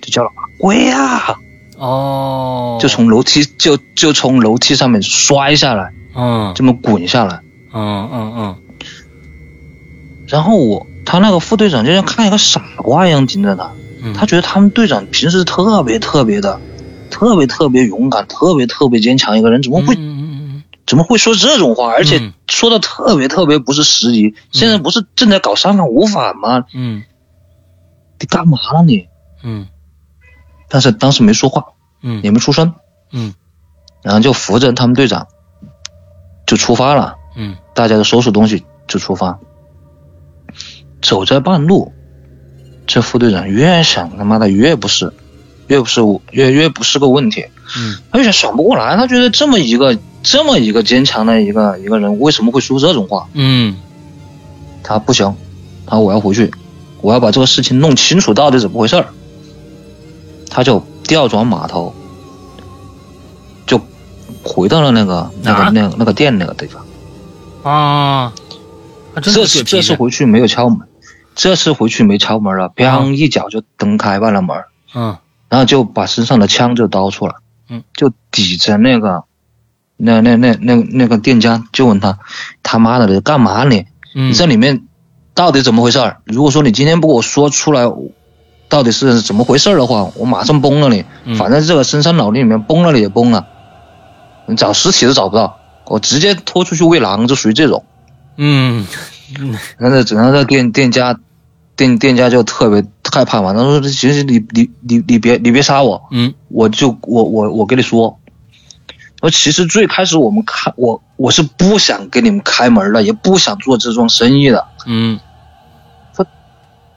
[SPEAKER 3] 就叫了“龟呀、
[SPEAKER 2] 哦，
[SPEAKER 3] 就从楼梯就就从楼梯上面摔下来，
[SPEAKER 2] 嗯
[SPEAKER 3] 这么滚下来。
[SPEAKER 2] 嗯嗯嗯
[SPEAKER 3] 然后我他那个副队长就像看一个傻瓜一样盯着他，
[SPEAKER 2] 嗯，
[SPEAKER 3] 他觉得他们队长平时特别特别的特别特别勇敢、特别特别坚强一个人，怎么会、
[SPEAKER 2] 嗯
[SPEAKER 3] 怎么会说这种话？而且
[SPEAKER 2] 嗯
[SPEAKER 3] 说的特别特别不是时宜。现在不是正在搞三反五反吗？
[SPEAKER 2] 嗯
[SPEAKER 3] 你干嘛呢你？
[SPEAKER 2] 嗯
[SPEAKER 3] 但是当时没说话，
[SPEAKER 2] 嗯
[SPEAKER 3] 也没出声，
[SPEAKER 2] 嗯
[SPEAKER 3] 然后就扶着他们队长就出发了。
[SPEAKER 2] 嗯
[SPEAKER 3] 大家都收拾东西就出发。走在半路，这副队长越想他妈的越不是，越不是越越不是个问题，
[SPEAKER 2] 嗯
[SPEAKER 3] 他有点想不过来，他觉得这么一个这么一个坚强的一个一个人，为什么会说这种话？
[SPEAKER 2] 嗯
[SPEAKER 3] 他不行，他说我要回去，我要把这个事情弄清楚到底怎么回事儿。他就调转码头，就回到了那个那
[SPEAKER 2] 哪儿
[SPEAKER 3] 个那个那个店那个地方。
[SPEAKER 2] 啊，还真
[SPEAKER 3] 这
[SPEAKER 2] 是
[SPEAKER 3] 次
[SPEAKER 2] 血皮
[SPEAKER 3] 这次
[SPEAKER 2] 的，
[SPEAKER 3] 回去没有敲门，这次回去没敲门了，
[SPEAKER 2] 啊
[SPEAKER 3] 砰一脚就蹬开外了门，
[SPEAKER 2] 嗯
[SPEAKER 3] 然后就把身上的枪就掏出来，
[SPEAKER 2] 嗯，
[SPEAKER 3] 就抵着那个那那那那那个店家，就问他他妈的你干嘛你？
[SPEAKER 2] 嗯
[SPEAKER 3] 你这里面到底怎么回事儿？如果说你今天不给我说出来，到底是怎么回事儿的话，我马上崩了你！
[SPEAKER 2] 嗯
[SPEAKER 3] 反正这个深山老林里面崩了你也崩了，你找尸体都找不到，我直接拖出去喂狼，就属于这种。
[SPEAKER 2] 嗯
[SPEAKER 3] 然后只能在店店家，店店家就特别害怕嘛，他说：“行行，你你你你别你别杀我，
[SPEAKER 2] 嗯
[SPEAKER 3] 我就我我我跟你说。”我其实最开始我们开我我是不想给你们开门的，也不想做这桩生意的。
[SPEAKER 2] 嗯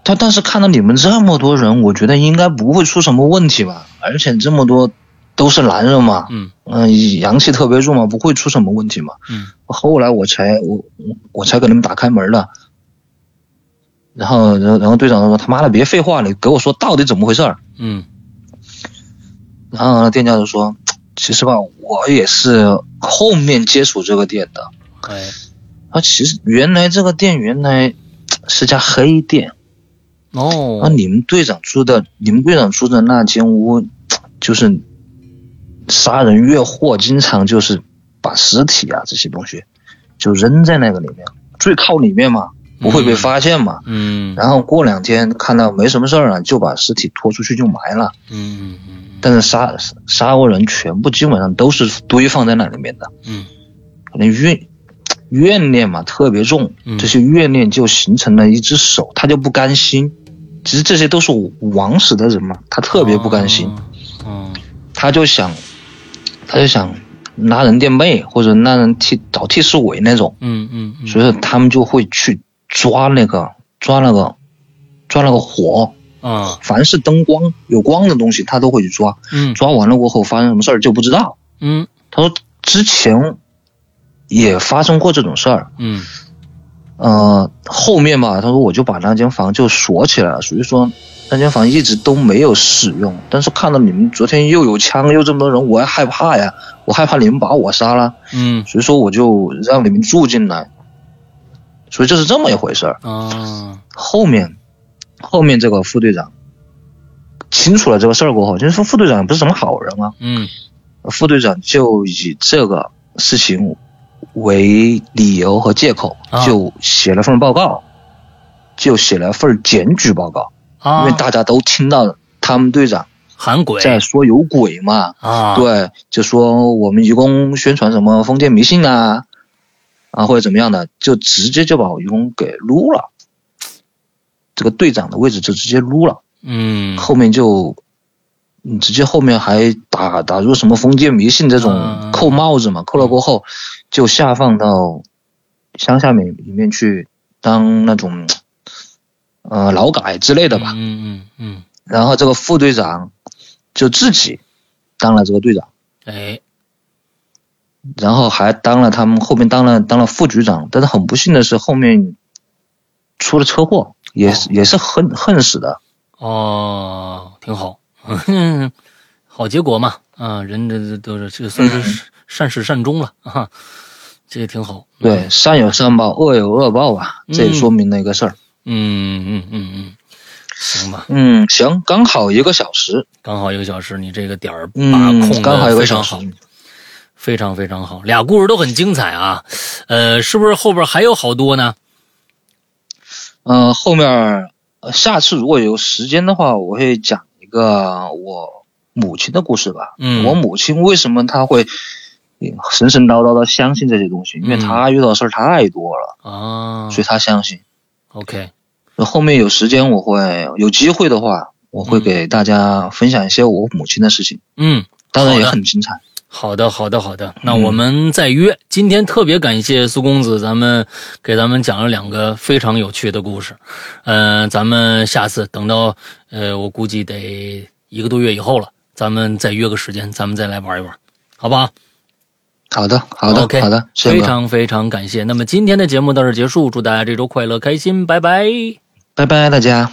[SPEAKER 3] 他但是看到你们这么多人，我觉得应该不会出什么问题吧，而且这么多都是男人嘛，
[SPEAKER 2] 嗯
[SPEAKER 3] 嗯、阳气特别重嘛，不会出什么问题嘛。
[SPEAKER 2] 嗯
[SPEAKER 3] 后来我才我我我才给你们打开门了。然后，然后，然后队长说：“他妈的，别废话了，你给我说到底怎么回事儿。
[SPEAKER 2] 嗯”
[SPEAKER 3] 然后店家就说：“其实吧，我也是后面接触这个店的。
[SPEAKER 2] 哎
[SPEAKER 3] 啊，其实原来这个店原来是家黑店。啊，
[SPEAKER 2] 哦
[SPEAKER 3] 你们队长住的，你们队长住的那间屋，就是杀人越货，经常就是把尸体啊这些东西就扔在那个里面，最靠里面嘛，不会被发现嘛。
[SPEAKER 2] 嗯
[SPEAKER 3] 然后过两天看到没什么事儿了，啊就把尸体拖出去就埋了。
[SPEAKER 2] 嗯嗯
[SPEAKER 3] 但是杀杀过人全部基本上都是堆放在那里面的，
[SPEAKER 2] 嗯
[SPEAKER 3] 可能怨怨念嘛特别重，
[SPEAKER 2] 嗯
[SPEAKER 3] 这些怨念就形成了一只手，他就不甘心。其实这些都是枉死的人嘛，他特别不甘心，
[SPEAKER 2] 嗯
[SPEAKER 3] 他就想，他就想拉人垫背或者拉人替找替死鬼那种，
[SPEAKER 2] 嗯嗯嗯
[SPEAKER 3] 所以说他们就会去抓那个抓那个抓那个火，
[SPEAKER 2] 啊
[SPEAKER 3] 凡是灯光有光的东西，他都会去抓。
[SPEAKER 2] 嗯
[SPEAKER 3] 抓完了过后发生什么事儿就不知道。
[SPEAKER 2] 嗯
[SPEAKER 3] 他说之前也发生过这种事儿，
[SPEAKER 2] 嗯
[SPEAKER 3] 呃，后面嘛，他说我就把那间房就锁起来了，属于说那间房一直都没有使用。但是看到你们昨天又有枪又这么多人，我还害怕呀，我害怕你们把我杀了，
[SPEAKER 2] 嗯
[SPEAKER 3] 所以说我就让你们住进来。所以就是这么一回事儿。
[SPEAKER 2] 啊
[SPEAKER 3] 后面，后面这个副队长清楚了这个事儿过后，就是说副队长也不是什么好人啊，
[SPEAKER 2] 嗯
[SPEAKER 3] 副队长就以这个事情为理由和借口，
[SPEAKER 2] 啊
[SPEAKER 3] 就写了份报告，就写了份检举报告，
[SPEAKER 2] 啊
[SPEAKER 3] 因为大家都听到他们队长
[SPEAKER 2] 韩鬼
[SPEAKER 3] 在说有鬼嘛，
[SPEAKER 2] 啊
[SPEAKER 3] 对，就说我们愚公宣传什么封建迷信啊，啊或者怎么样的，就直接就把我愚公给撸了，这个队长的位置就直接撸了。
[SPEAKER 2] 嗯
[SPEAKER 3] 后面就，嗯，直接后面还打打入什么封建迷信这
[SPEAKER 2] 嗯
[SPEAKER 3] 种扣帽子嘛，扣了过后就下放到乡下面里面去当那种呃劳改之类的吧。
[SPEAKER 2] 嗯嗯嗯
[SPEAKER 3] 然后这个副队长就自己当了这个队长，
[SPEAKER 2] 哎
[SPEAKER 3] 然后还当了他们后面当了当了副局长，但是很不幸的是后面出了车祸，也是、也是恨恨死的。
[SPEAKER 2] 哦，挺好，好结果嘛，啊，人这这都是这算是善始善终了啊，这也挺好。
[SPEAKER 3] 对，善有善报，恶有恶报啊，这也说明了一个事儿。
[SPEAKER 2] 嗯嗯嗯嗯，行吧，
[SPEAKER 3] 嗯，行，刚好一个小时。
[SPEAKER 2] 刚好一个小时，你这个点儿把控
[SPEAKER 3] 嗯，刚好一
[SPEAKER 2] 的
[SPEAKER 3] 个
[SPEAKER 2] 非
[SPEAKER 3] 小
[SPEAKER 2] 常
[SPEAKER 3] 时
[SPEAKER 2] 好。。非常非常好，俩故事都很精彩啊，呃，是不是后边还有好多呢？
[SPEAKER 3] 嗯、后面儿呃下次如果有时间的话，我会讲一个我母亲的故事吧。
[SPEAKER 2] 嗯
[SPEAKER 3] 我母亲为什么她会嗯神神叨叨的相信这些东西？因为
[SPEAKER 2] 嗯
[SPEAKER 3] 她遇到的事儿太多了，
[SPEAKER 2] 啊
[SPEAKER 3] 所以她相信。
[SPEAKER 2] ，OK，
[SPEAKER 3] 后面有时间我会有机会的话，我会给大家分享一些我母亲的事情，
[SPEAKER 2] 嗯，
[SPEAKER 3] 当然也
[SPEAKER 2] 好的
[SPEAKER 3] 很精彩。
[SPEAKER 2] 好的，好的，好的，那我们再约。今天特别感谢苏公子，咱们给咱们讲了两个非常有趣的故事。嗯，咱们下次等到呃，我估计得一个多月以后了，咱们再约个时间，咱们再来玩一玩，好不好？
[SPEAKER 3] 好的，好的
[SPEAKER 2] OK，
[SPEAKER 3] 好的，谢谢
[SPEAKER 2] 非
[SPEAKER 3] 哥，
[SPEAKER 2] 常非常感谢。那么今天的节目到这儿结束，祝大家这周快乐开心，拜拜。
[SPEAKER 3] 拜拜，大家。